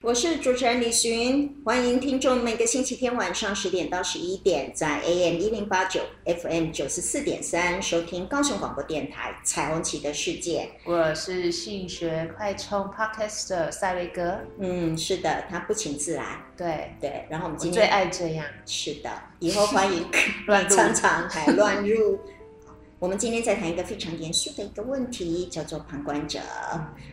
Speaker 1: 我是主持人李寻，欢迎听众每个星期天晚上十点到十一点，在 AM 一零八九 FM 九十四点三收听高雄广播电台《彩虹旗的世界》。
Speaker 2: 我是性学快充 podcast 的赛维格，
Speaker 1: 嗯，是的，他不请自来。
Speaker 2: 对
Speaker 1: 对，然后我们
Speaker 2: 我
Speaker 1: 今
Speaker 2: 最
Speaker 1: 天
Speaker 2: 爱这样，
Speaker 1: 是的，以后欢迎
Speaker 2: 乱入
Speaker 1: 常常还乱入。 <laughs> 我们今天再谈一个非常严肃的一个问题，叫做旁观者，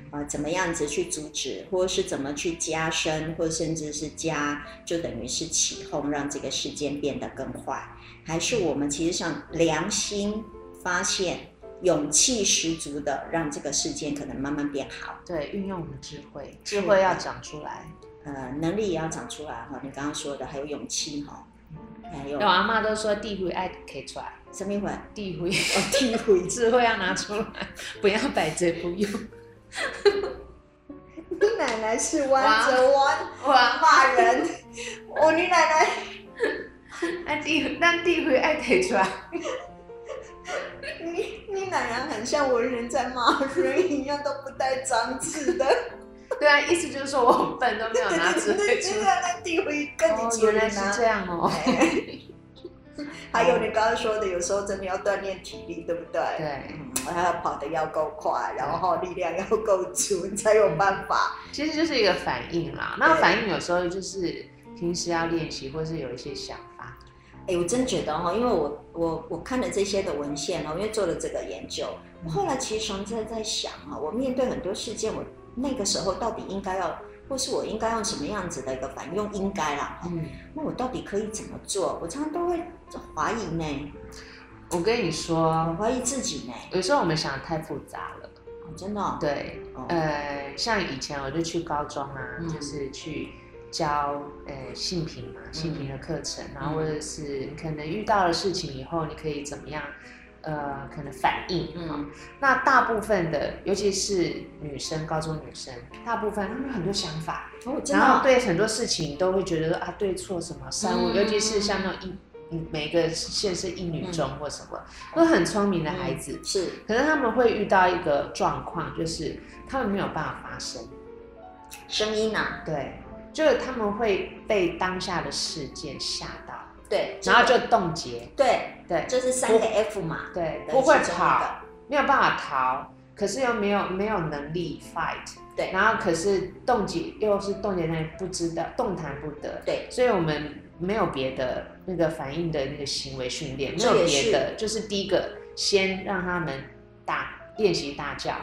Speaker 1: 呃，怎么样子去阻止，或是怎么去加深，或甚至是加，就等于是起哄，让这个事件变得更坏，还是我们其实上良心发现，勇气十足的让这个事件可能慢慢变好。
Speaker 2: 对，运用我们智慧，
Speaker 1: 是
Speaker 2: 智慧要长出来。
Speaker 1: 呃，能力也要长出来哈、你刚刚说的还有勇气哈、还有
Speaker 2: 那我阿妈都说地慧爱可以出来，
Speaker 1: 什么会？
Speaker 2: 地慧
Speaker 1: 哦，听回
Speaker 2: <laughs> 智慧要拿出来， <laughs> 不要摆这不用。
Speaker 1: 你奶奶是弯着弯
Speaker 2: <laughs> 哇，
Speaker 1: 骂人，哦，你奶奶
Speaker 2: 那地那地慧爱可以出来，
Speaker 1: 你你奶奶很像文人在骂人一样，都不带脏字的。
Speaker 2: 对啊，意思就是说我很笨都没有拿智慧出
Speaker 1: 奶
Speaker 2: 来。
Speaker 1: 奶地位跟你
Speaker 2: 哦，
Speaker 1: 主
Speaker 2: 原
Speaker 1: 人
Speaker 2: 来是这
Speaker 1: 啊。
Speaker 2: 样哦。
Speaker 1: 哎还有你刚刚说的，有时候真的要锻炼体力，对不对？
Speaker 2: 对。
Speaker 1: 嗯，还要跑得要够快，然后力量要够足，你才有办法。
Speaker 2: 其实就是一个反应啦。那反应有时候就是平时要练习，或是有一些想法。
Speaker 1: 哎，我真觉得哈、因为我我我看了这些的文献哦，因为做了这个研究，我后来其实常在在想啊，我面对很多事件，我那个时候到底应该要，或是我应该用什么样子的一个反应？用应该啦，哈
Speaker 2: 嗯，
Speaker 1: 那我到底可以怎么做？我常常都会怀疑呢，
Speaker 2: 我跟你
Speaker 1: 我
Speaker 2: 说，
Speaker 1: 怀疑自己呢，
Speaker 2: 有时候我们想得太复杂了。
Speaker 1: 哦真的、哦，
Speaker 2: 对，
Speaker 1: 哦
Speaker 2: 呃，像以前我就去高中啊，
Speaker 1: 嗯
Speaker 2: 就是去教呃性平嘛，性平的课程，
Speaker 1: 嗯
Speaker 2: 然后或者是你可能遇到了事情以后，你可以怎么样？呃，可能反应，嗯
Speaker 1: 嗯，
Speaker 2: 那大部分的，尤其是女生，高中女生，大部分她们有很多想法，
Speaker 1: 哦，真的
Speaker 2: 然后
Speaker 1: 哦、
Speaker 2: 对很多事情都会觉得说啊对错什么三五，
Speaker 1: 嗯
Speaker 2: 尤其是像那种一嗯每个县是一女中或什么，
Speaker 1: 嗯
Speaker 2: 都很聪明的孩子，
Speaker 1: 是
Speaker 2: 可是他们会遇到一个状况，就是他们没有办法发声，
Speaker 1: 声音呐、啊
Speaker 2: 对，就是他们会被当下的事件吓到，
Speaker 1: 对，
Speaker 2: 然后就冻结，
Speaker 1: 对，
Speaker 2: 对
Speaker 1: 就是三个 F 嘛，
Speaker 2: 对，
Speaker 1: 对
Speaker 2: 不会
Speaker 1: 其中一
Speaker 2: 跑
Speaker 1: 个，
Speaker 2: 没有办法逃，可是又没有没有能力 fight，
Speaker 1: 对
Speaker 2: 然后可是冻结又是冻结那里不知道动弹不得，
Speaker 1: 对，
Speaker 2: 所以我们没有别的那个反应的那个行为训练，没
Speaker 1: 这也
Speaker 2: 有别的，就是第一个先让他们大练习大叫，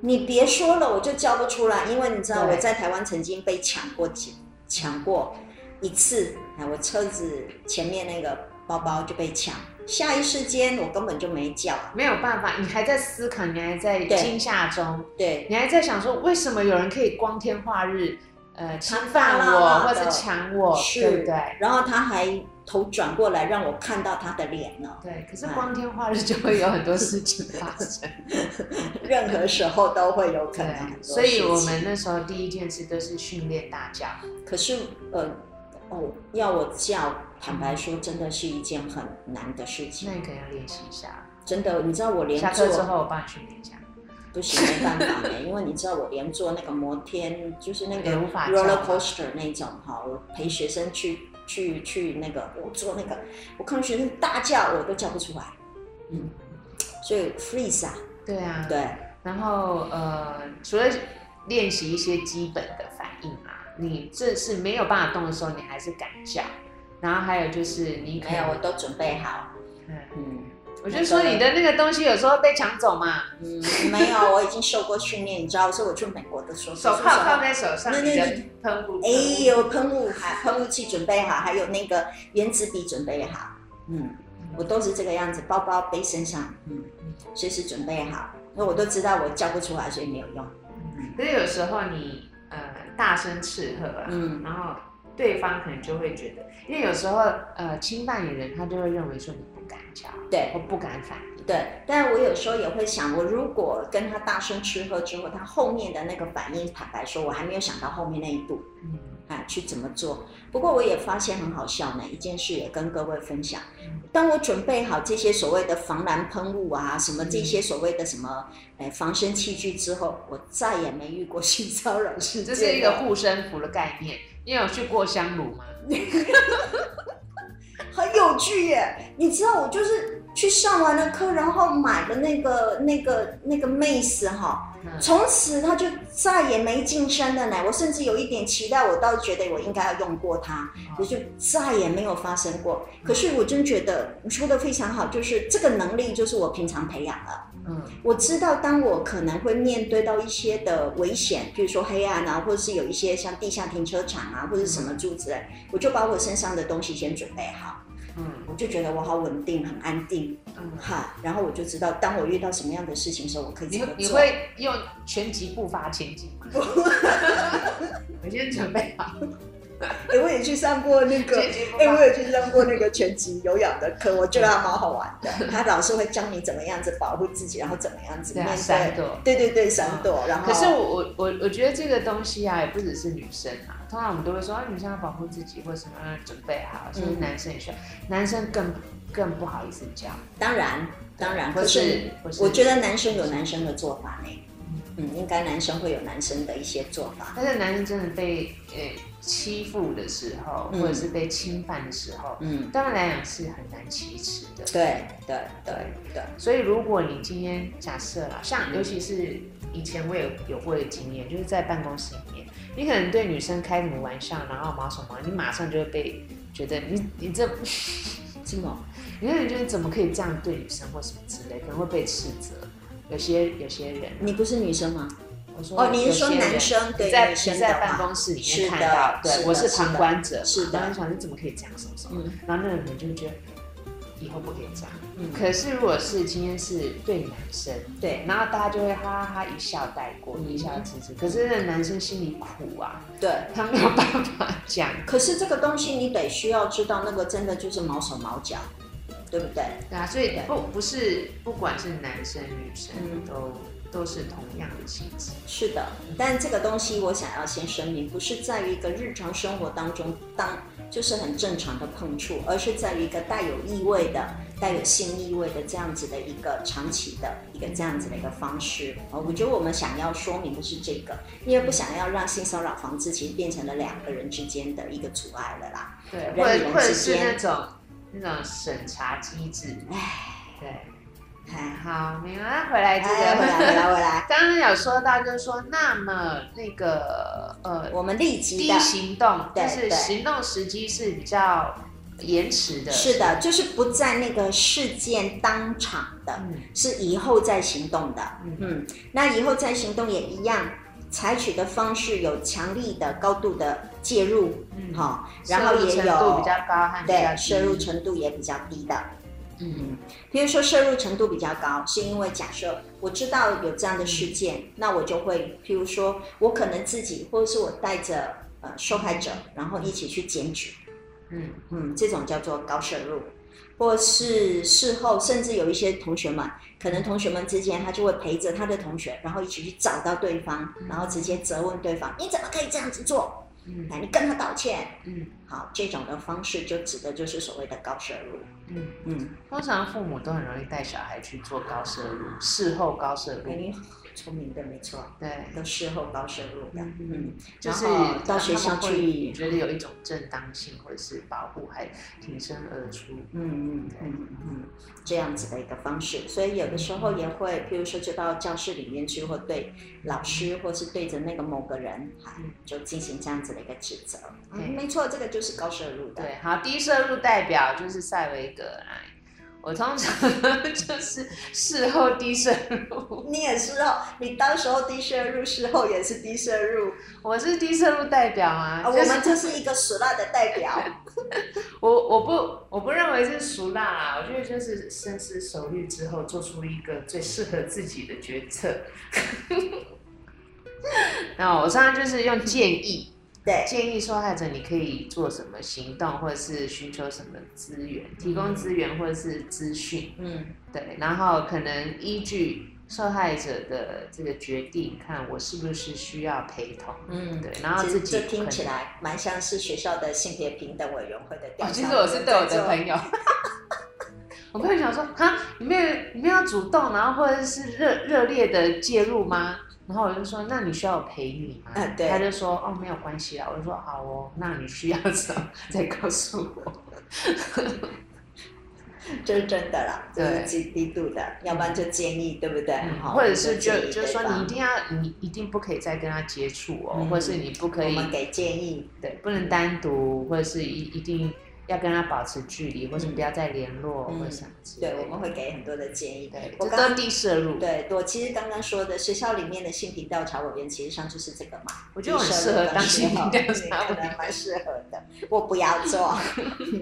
Speaker 1: 你别说了，我就叫不出来，因为你知道
Speaker 2: 对
Speaker 1: 我在台湾曾经被抢过几抢过一次，哎，我车子前面那个包包就被抢，下一时间我根本就没叫，
Speaker 2: 没有办法，你还在思考，你还在
Speaker 1: 对
Speaker 2: 惊吓中，
Speaker 1: 对
Speaker 2: 你还在想说为什么有人可以光天化日，
Speaker 1: <laughs>
Speaker 2: 呃，侵犯
Speaker 1: 大
Speaker 2: 我
Speaker 1: 辣
Speaker 2: 或
Speaker 1: 辣的
Speaker 2: 者抢我，
Speaker 1: <laughs> 是
Speaker 2: 对不对？
Speaker 1: 然后他还头转过来让我看到他的脸呢，
Speaker 2: 对，可是光天化日就会有很多事情发生，
Speaker 1: 任何时候都会有 <laughs> 可能很
Speaker 2: 对，
Speaker 1: 多
Speaker 2: 所以
Speaker 1: 事
Speaker 2: 我
Speaker 1: 情
Speaker 2: 们那时候第一件事都是训练大叫，
Speaker 1: 可是呃哦，要我叫，坦白说，真的是一件很难的事
Speaker 2: 那
Speaker 1: 情，
Speaker 2: 你可能要练习一下，
Speaker 1: 真的，你知道我连
Speaker 2: 下
Speaker 1: 做
Speaker 2: 课之后我帮你训练一下。
Speaker 1: 不行，没办法的，因为你知道我连坐那个摩天，就是那个
Speaker 2: 也无法
Speaker 1: roller
Speaker 2: 叫
Speaker 1: coaster 那种哈，我陪学生去去去那个，我坐那个，我看到学生大叫，我都叫不出来，嗯，所以 freeze 啊，
Speaker 2: 对啊，
Speaker 1: 对，
Speaker 2: 然后呃，除了练习一些基本的反应啊，你这是没有办法动的时候，你还是敢叫。然后还有就是你可
Speaker 1: 没有，我
Speaker 2: 能，
Speaker 1: 都准备好，
Speaker 2: 嗯，
Speaker 1: 嗯
Speaker 2: 我就说你的那个东西有时候被抢走嘛，
Speaker 1: 嗯，没有，我已经受过训练，你知道，所以我去美国的时候，
Speaker 2: 手铐铐在手上，
Speaker 1: 那
Speaker 2: 你
Speaker 1: 那
Speaker 2: 的喷雾，
Speaker 1: 哎有喷雾还喷雾器准备好，还有那个圆珠笔准备好，嗯，我都是这个样子，包包背身上，嗯，随时准备好。那我都知道我叫不出来，所以没有用。
Speaker 2: 可是有时候你呃大声斥喝啊，
Speaker 1: 嗯
Speaker 2: 然后对方可能就会觉得，因为有时候呃侵犯你的人他就会认为说你不敢叫，
Speaker 1: 对
Speaker 2: 我不敢反应，
Speaker 1: 对，但我有时候也会想，我如果跟他大声吃喝之后，他后面的那个反应，坦白说，我还没有想到后面那一步
Speaker 2: 嗯，
Speaker 1: 啊，去怎么做。不过我也发现很好笑呢，一件事也跟各位分享。当我准备好这些所谓的防狼喷雾啊，什么这些所谓的什么，呃，防身器具之后，我再也没遇过性骚扰事件
Speaker 2: 这
Speaker 1: 了。
Speaker 2: 是一个护身符的概念。你有去过香炉吗？
Speaker 1: 很有趣耶！你知道我就是去上完了课，然后买了那个那个那个 Mace 哈，
Speaker 2: 嗯
Speaker 1: 从此他就再也没近身了呢。我甚至有一点期待，我倒觉得我应该要用过它，也就再也没有发生过。可是我真觉得你说的非常好，就是这个能力就是我平常培养了。
Speaker 2: 嗯，
Speaker 1: 我知道，当我可能会面对到一些的危险，比如说黑暗啊，或者是有一些像地下停车场啊，或者什么柱子，我就把我身上的东西先准备好，
Speaker 2: 嗯
Speaker 1: 我就觉得我好稳定，很安定，
Speaker 2: 嗯，
Speaker 1: 哈。然后我就知道，当我遇到什么样的事情的时候，我可以
Speaker 2: 你
Speaker 1: 怎么
Speaker 2: 会
Speaker 1: 做。
Speaker 2: 你会用拳击步伐前进吗？ <laughs> 我先准备好
Speaker 1: 哎、我也去上过那个，
Speaker 2: 拳击步
Speaker 1: 哎、
Speaker 2: 伐
Speaker 1: 我。也去上过那个拳击有氧的课，我觉得
Speaker 2: 嗯
Speaker 1: 还蛮好玩的。他老师会教你怎么样子保护自己，然后怎么样子
Speaker 2: 对
Speaker 1: 面
Speaker 2: 啊，
Speaker 1: 对，
Speaker 2: 闪躲。嗯
Speaker 1: 对对对，闪躲。然后
Speaker 2: 可是我我我我觉得这个东西啊，也不只是女生啊，通常我们都会说，啊，女生要保护自己或什么，要准备好，甚至
Speaker 1: 嗯
Speaker 2: 男生也需要，男生更更不好意思叫，
Speaker 1: 当然当然，
Speaker 2: 或
Speaker 1: 啊可是
Speaker 2: 是或是，
Speaker 1: 我觉，得男生有男生的做法呢，嗯，应该男生会有男生的一些做法，
Speaker 2: 但是男生真的被呃欺负的时候，
Speaker 1: 嗯
Speaker 2: 或者是被侵犯的时候，
Speaker 1: 嗯，
Speaker 2: 当然来讲是很难启齿的。
Speaker 1: 对对对对，
Speaker 2: 所以如果你今天假设啦，像尤其是以前我也有过的经验，就是在办公室里面，你可能对女生开什么玩笑，然后毛手毛，你马上就会被觉得你你这，
Speaker 1: 这么
Speaker 2: 你可能觉得怎么可以这样对女生或什么之类，可能会被斥责。有些有些人，
Speaker 1: 你不是女生吗？
Speaker 2: 我说
Speaker 1: 哦，你是说
Speaker 2: 有些人
Speaker 1: 男生
Speaker 2: 你
Speaker 1: 对
Speaker 2: 在
Speaker 1: 女
Speaker 2: 你
Speaker 1: 生
Speaker 2: 在
Speaker 1: 的
Speaker 2: 办
Speaker 1: 话，
Speaker 2: 公室里面
Speaker 1: 是的
Speaker 2: 看到，对
Speaker 1: 是的
Speaker 2: 我是旁观者嘛，
Speaker 1: 是的
Speaker 2: 然后你想你怎么可以这样什么什么，
Speaker 1: 嗯
Speaker 2: 然后那个人就觉得以后不可以这样。
Speaker 1: 嗯，
Speaker 2: 可是如果是今天是对男生，
Speaker 1: 对
Speaker 2: 然后大家就会哈哈哈一笑带过，
Speaker 1: 嗯
Speaker 2: 一笑置之。可是那男生心里苦啊，
Speaker 1: 对。
Speaker 2: 他没有办法讲。
Speaker 1: 可是这个东西你得需要知道，那个真的就是毛手毛脚，对不对？
Speaker 2: 对啊，所以不不是不管是男生女生
Speaker 1: 嗯
Speaker 2: 都都是同样的气质。
Speaker 1: 是的，但这个东西我想要先声明，不是在于一个日常生活当中当就是很正常的碰触，而是在于一个带有意味的，带有性意味的这样子的一个长期的一个这样子的一个方式。哦，我觉得我们想要说明的是这个，因为不想要让性骚扰防治其实变成了两个人之间的一个阻碍了啦。
Speaker 2: 对，
Speaker 1: 人
Speaker 2: 或
Speaker 1: 与
Speaker 2: 者
Speaker 1: 人
Speaker 2: 或者
Speaker 1: 之
Speaker 2: 是那
Speaker 1: 间
Speaker 2: 种那种审查机制，
Speaker 1: 唉，
Speaker 2: 对，
Speaker 1: 哎，
Speaker 2: 好，没有，那回来这
Speaker 1: 哎回来回
Speaker 2: 个，
Speaker 1: 来回来，
Speaker 2: <laughs> 刚刚有说到就是说，那么那个呃，
Speaker 1: 我们立即
Speaker 2: 低
Speaker 1: 的。
Speaker 2: 行动，
Speaker 1: 对
Speaker 2: 就是
Speaker 1: 对
Speaker 2: 行动时机是比较延迟的，
Speaker 1: 是，的，就是不在那个事件当场的，
Speaker 2: 嗯
Speaker 1: 是以后再行动的。
Speaker 2: 嗯
Speaker 1: 嗯，那以后再行动也一样，采取的方式有强力的、高度的介入，
Speaker 2: 嗯
Speaker 1: 哈、然
Speaker 2: 摄
Speaker 1: 后
Speaker 2: 入
Speaker 1: 也
Speaker 2: 程度
Speaker 1: 有
Speaker 2: 比较高和比较
Speaker 1: 对
Speaker 2: 低
Speaker 1: 摄入，程度也比较低的。
Speaker 2: 嗯
Speaker 1: 比如说摄入程度比较高，是因为假设我知道有这样的事件，
Speaker 2: 嗯
Speaker 1: 那我就会，譬如说我可能自己，或者是我带着呃受害者，然后一起去检举，
Speaker 2: 嗯
Speaker 1: 嗯，这种叫做高摄入，或是事后，甚至有一些同学们，可能同学们之间，他就会陪着他的同学，然后一起去找到对方，然后直接责问对方，你怎么可以这样子做？
Speaker 2: 嗯
Speaker 1: 哎，你跟他道歉。
Speaker 2: 嗯
Speaker 1: 好，这种的方式就指的就是所谓的高摄入。
Speaker 2: 嗯，
Speaker 1: 嗯，
Speaker 2: 通常父母都很容易带小孩去做高摄入，事后高摄
Speaker 1: 哎，
Speaker 2: 入，
Speaker 1: 你聪明的，没错，
Speaker 2: 对，
Speaker 1: 都事后高摄入的。嗯
Speaker 2: 嗯，就是
Speaker 1: 然后到
Speaker 2: 让
Speaker 1: 学
Speaker 2: 他
Speaker 1: 校
Speaker 2: 们会
Speaker 1: 去
Speaker 2: 觉得有一种正当性或者是保护，还挺身而出，
Speaker 1: 嗯嗯嗯嗯，这样子的一个方式，所以有的时候也会，譬如说就到教室里面去，或对老师，或是对着那个某个人，哈
Speaker 2: 嗯，
Speaker 1: 就进行这样子的一个指责。嗯，
Speaker 2: 对
Speaker 1: 没错，这个就是高摄入的。
Speaker 2: 对，好，低摄入代表就是塞维格来。我通常 <laughs> 就是事后低摄入，
Speaker 1: 你也是哦，你当时候低摄入，事后也是低摄入，
Speaker 2: 我是低摄入代表啊。
Speaker 1: 啊，
Speaker 2: 就是
Speaker 1: 我们就是一个死辣的代表。
Speaker 2: 我我不我不认为是熟辣啦，我觉得就是深思熟虑之后做出一个最适合自己的决策。 <laughs> 那我常常就是用建议，
Speaker 1: 对，
Speaker 2: 建议受害者你可以做什么行动，或者是寻求什么资源，提供资源或者是资讯。
Speaker 1: 嗯
Speaker 2: 对，然后可能依据受害者的这个决定，看我是不是需要陪同。
Speaker 1: 嗯，
Speaker 2: 对，然后
Speaker 1: 其实
Speaker 2: 自己
Speaker 1: 这听起
Speaker 2: 可能
Speaker 1: 来蛮像是学校的性别平等委员会的调
Speaker 2: 哦，
Speaker 1: 查。
Speaker 2: 其实我是对我的
Speaker 1: <laughs>
Speaker 2: 朋友，我朋友想说，哈，你没有你没有主动，然后或者是热热烈的介入吗？然后我就说，那你需要我陪你吗？
Speaker 1: 嗯对
Speaker 2: 他就说，哦，没有关系啊。我就说，好哦，那你需要什么 <laughs> 再告诉
Speaker 1: <laughs>
Speaker 2: 我。
Speaker 1: 这是真的啦，这
Speaker 2: 对
Speaker 1: 是
Speaker 2: 嗯
Speaker 1: 极低度的，要不然就建议，对不对？好
Speaker 2: 或者是就
Speaker 1: 我们建议
Speaker 2: 就是说
Speaker 1: 对，吧
Speaker 2: 你一定要你一定不可以再跟他接触哦，
Speaker 1: 嗯
Speaker 2: 或者是你不可以
Speaker 1: 我们给建议，
Speaker 2: 对，不能单独，或者是一一定要跟他保持距离，或者
Speaker 1: 嗯
Speaker 2: 不要再联络，
Speaker 1: 嗯
Speaker 2: 或者什么之类
Speaker 1: 对，
Speaker 2: 的。
Speaker 1: 我们会给很多的建议。
Speaker 2: 对，
Speaker 1: 我
Speaker 2: 这
Speaker 1: 刚
Speaker 2: 都低摄入，
Speaker 1: 对我其实刚刚说的学校里面的性平调查委员，其实上就是这个嘛。
Speaker 2: 我觉得我很适合
Speaker 1: 啊
Speaker 2: 当性平调查
Speaker 1: <laughs> 可
Speaker 2: 委
Speaker 1: 能
Speaker 2: 员。
Speaker 1: 嗯蛮适合的。我不要做，
Speaker 2: <laughs>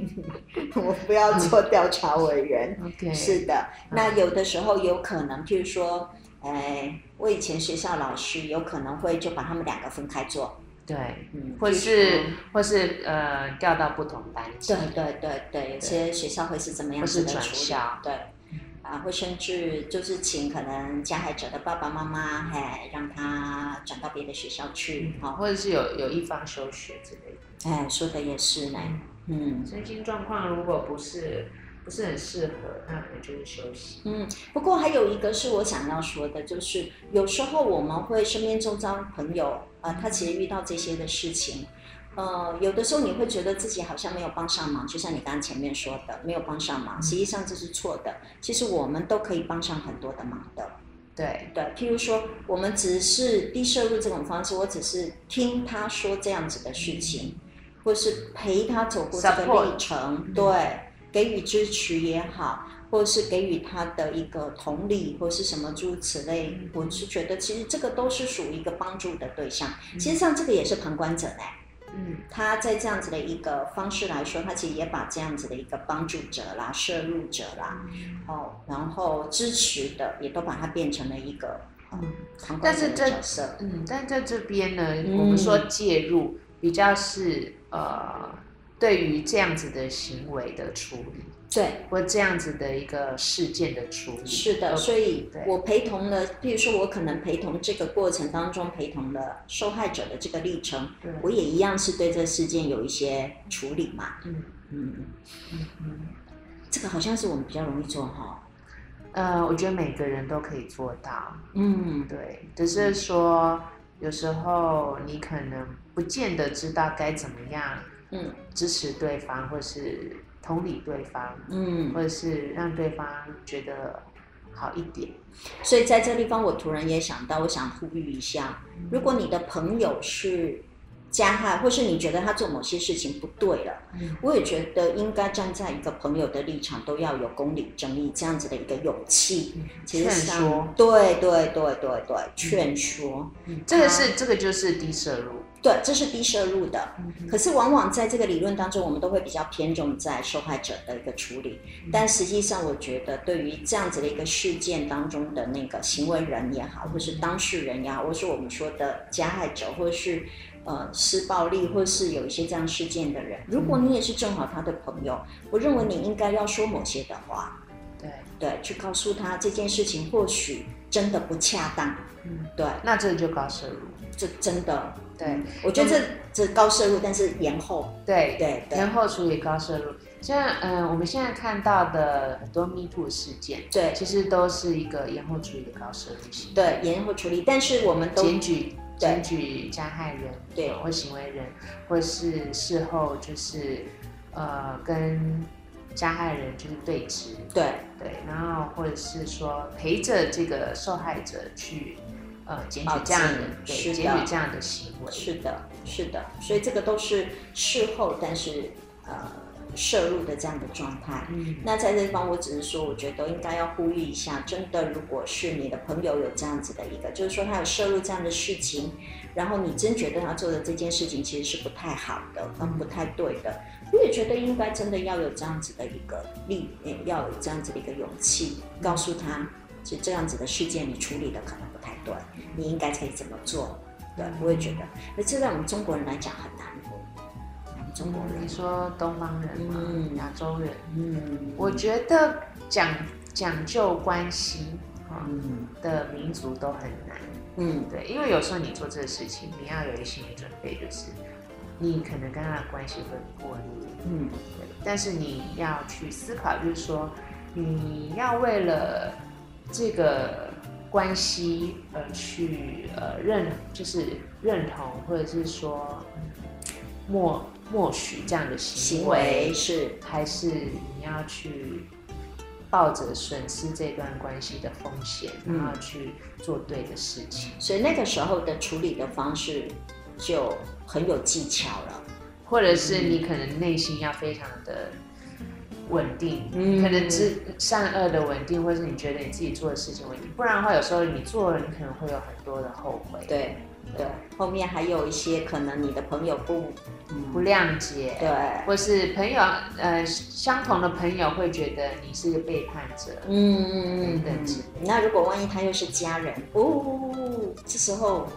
Speaker 1: 我不要做调查委员。
Speaker 2: <laughs> OK，
Speaker 1: 是的，
Speaker 2: 嗯
Speaker 1: 那有的时候有可能，譬如说，哎，我以前学校老师有可能会就把他们两个分开做，
Speaker 2: 对，
Speaker 1: 嗯，
Speaker 2: 或
Speaker 1: 譬如
Speaker 2: 是
Speaker 1: 说
Speaker 2: 或是呃调到不同班级，
Speaker 1: 对对对对，有些学校会是怎么样
Speaker 2: 或
Speaker 1: 子
Speaker 2: 是
Speaker 1: 的
Speaker 2: 转
Speaker 1: 处理？
Speaker 2: 校，
Speaker 1: 对，啊，会甚至就是请可能加害者的爸爸妈妈，哎，让他转到别的学校去，哈、
Speaker 2: 或者是有有一方休学之类的。
Speaker 1: 哎，说的也是呢，嗯。
Speaker 2: 身心状况如果不是不是很适合，那可能就是休息。
Speaker 1: 嗯，不过还有一个是我想要说的，就是有时候我们会身边周遭朋友啊、呃他其实遇到这些的事情，呃，有的时候你会觉得自己好像没有帮上忙，就像你刚刚前面说的，没有帮上忙，实际上这是错的。其实我们都可以帮上很多的忙的，
Speaker 2: 对，
Speaker 1: 对，譬如说我们只是低摄入这种方式，我只是听他说这样子的事情，或是陪他走过这个
Speaker 2: Support
Speaker 1: 历程，
Speaker 2: 嗯
Speaker 1: 对，给予支持也好，或是给予他的一个同理或是什么诸如此类
Speaker 2: 嗯，
Speaker 1: 我是觉得其实这个都是属于一个帮助的对象。
Speaker 2: 嗯
Speaker 1: 其实像这个也是旁观者呢，
Speaker 2: 嗯
Speaker 1: 他在这样子的一个方式来说，他其实也把这样子的一个帮助者啦、摄入者啦，哦，然后支持的也都把它变成了一个。呃
Speaker 2: 嗯。
Speaker 1: 旁观
Speaker 2: 但
Speaker 1: 者
Speaker 2: 是
Speaker 1: 的
Speaker 2: 这
Speaker 1: 角色。
Speaker 2: 嗯，但在这边呢，
Speaker 1: 嗯
Speaker 2: 我们说介入比较是呃，对于这样子的行为的处理，
Speaker 1: 对，
Speaker 2: 或这样子的一个事件的处理。
Speaker 1: 是的，
Speaker 2: 呃
Speaker 1: 所以
Speaker 2: 对
Speaker 1: 我陪同了，譬如说我可能陪同这个过程当中，陪同了受害者的这个历程，
Speaker 2: 对，
Speaker 1: 我也一样是对这个事件有一些处理嘛。
Speaker 2: 嗯
Speaker 1: 嗯，
Speaker 2: 嗯嗯，
Speaker 1: 这个好像是我们比较容易做哈。
Speaker 2: 呃，我觉得每个人都可以做到，
Speaker 1: 嗯，
Speaker 2: 对，只是说有时候你可能不见得知道该怎么样
Speaker 1: 嗯
Speaker 2: 支持对方，或是同理对方，
Speaker 1: 嗯，
Speaker 2: 或者是让对方觉得好一点。
Speaker 1: 所以在这地方，我突然也想到，我想呼吁一下，如果你的朋友是加害，或是你觉得他做某些事情不对了，
Speaker 2: 嗯
Speaker 1: 我也觉得应该站在一个朋友的立场，都要有公理正义这样子的一个勇气。嗯其实
Speaker 2: 劝
Speaker 1: 上
Speaker 2: 说，
Speaker 1: 对对对对对，劝说，
Speaker 2: 这个是这个就是低摄入，
Speaker 1: 对，这是低摄入的。可是往往在这个理论当中，我们都会比较偏重在受害者的一个处理，
Speaker 2: 嗯
Speaker 1: 但实际上，我觉得对于这样子的一个事件当中的那个行为人也好，或是当事人也好，或是我们说的加害者，或是呃施暴力，或是有一些这样事件的
Speaker 2: 嗯
Speaker 1: 人，如果你也是正好他的朋友，我认为你应该要说某些的话，
Speaker 2: 对，
Speaker 1: 对，去告诉他这件事情或许真的不恰当，
Speaker 2: 嗯，
Speaker 1: 对，
Speaker 2: 那这个就高摄入，
Speaker 1: 这真的，嗯
Speaker 2: 对
Speaker 1: 我觉得这这高摄入，但是延后，
Speaker 2: 对
Speaker 1: 对对
Speaker 2: 延后处理高摄入。像嗯、呃我们现在看到的很多 Me Too 事件，
Speaker 1: 对
Speaker 2: 其实都是一个延后处理的高摄入型。
Speaker 1: 对，延后处理，但是我们都
Speaker 2: 检举
Speaker 1: 对
Speaker 2: 检举加害人
Speaker 1: 对
Speaker 2: 或行为人，或是事后就是呃跟加害人就是对峙，
Speaker 1: 对
Speaker 2: 对，然后或者是说陪着这个受害者去呃检举
Speaker 1: 报
Speaker 2: 这样的
Speaker 1: 警
Speaker 2: 对
Speaker 1: 是
Speaker 2: 检
Speaker 1: 的
Speaker 2: 举这样的行为，
Speaker 1: 是的，是的，所以这个都是事后，但是呃摄入的这样的状态。
Speaker 2: 嗯
Speaker 1: 那在这地方，我只是说，我觉得应该要呼吁一下，真的，如果是你的朋友有这样子的一个，就是说他有摄入这样的事情，然后你真觉得他做的这件事情其实是不太好的，嗯跟不太对的，我也觉得应该真的要有这样子的一个力，呃要有这样子的一个勇气，告诉他，就这样子的事件你处理的可能不太对，你应该可以怎么做。对，我也觉得，那这在我们中国人来讲很难过，我们中国人
Speaker 2: 你，说东方人嘛，
Speaker 1: 嗯
Speaker 2: 亚洲人，
Speaker 1: 嗯，
Speaker 2: 我觉得讲讲究关系啊
Speaker 1: 嗯
Speaker 2: 的民族都很难。
Speaker 1: 嗯。
Speaker 2: 对，因为有时候你做这个事情，你要有一个心理准备，就是你可能跟他的关系会破裂，
Speaker 1: 嗯
Speaker 2: 对但是你要去思考，就是说你要为了这个关系而去呃认，就是认同或者是说嗯默默许这样的
Speaker 1: 行
Speaker 2: 行为，
Speaker 1: 为是
Speaker 2: 还是你要去抱着损失这段关系的风险，
Speaker 1: 嗯
Speaker 2: 然后去做对的事情。
Speaker 1: 所以那个时候的处理的方式就很有技巧了。
Speaker 2: 或者是你可能内心要非常的稳定，
Speaker 1: 嗯
Speaker 2: 可能是善恶的稳定，或者是你觉得你自己做的事情稳定，不然的话，有时候你做了，你可能会有很多的后悔，，
Speaker 1: 对对，后面还有一些可能你的朋友不，嗯
Speaker 2: 不谅解，
Speaker 1: 对，
Speaker 2: 或是朋友呃相同的朋友会觉得你是个背叛者，
Speaker 1: 嗯嗯嗯嗯
Speaker 2: 等等之类。
Speaker 1: 那如果万一他又是家人，哦，这时候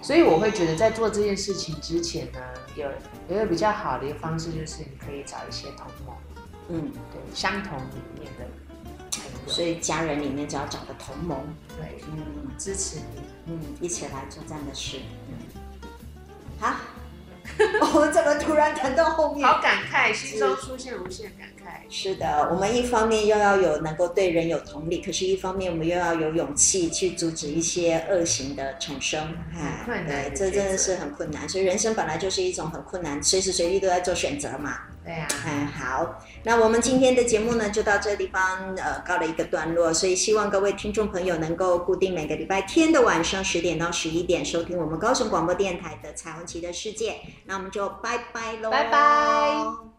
Speaker 2: 所以我会觉得在做这件事情之前呢，有有一个比较好的一个方式，就是你可以找一些同盟，
Speaker 1: 嗯，
Speaker 2: 对，相同理念的朋
Speaker 1: 所
Speaker 2: 友，
Speaker 1: 以家人里面就要找个同盟，
Speaker 2: 对，
Speaker 1: 嗯
Speaker 2: 支持你。
Speaker 1: 嗯，一起来做这样的事。好， <laughs> 我们怎么突然谈到后面？
Speaker 2: 好感慨，心中出现无限感慨。
Speaker 1: 是的，我们一方面又要有能够对人有同理，可是一方面我们又要有勇气去阻止一些恶行的产生。哎，
Speaker 2: 困难的
Speaker 1: 对，这真的
Speaker 2: 抉择
Speaker 1: 是很困难。所以人生本来就是一种很困难，随时随地都在做选择嘛。
Speaker 2: 对啊，
Speaker 1: 嗯，好，那我们今天的节目呢，就到这地方呃告了一个段落，所以希望各位听众朋友能够固定每个礼拜天的晚上十点到十一点收听我们高雄广播电台的《彩虹旗的世界》，那我们就拜拜喽，
Speaker 2: 拜拜。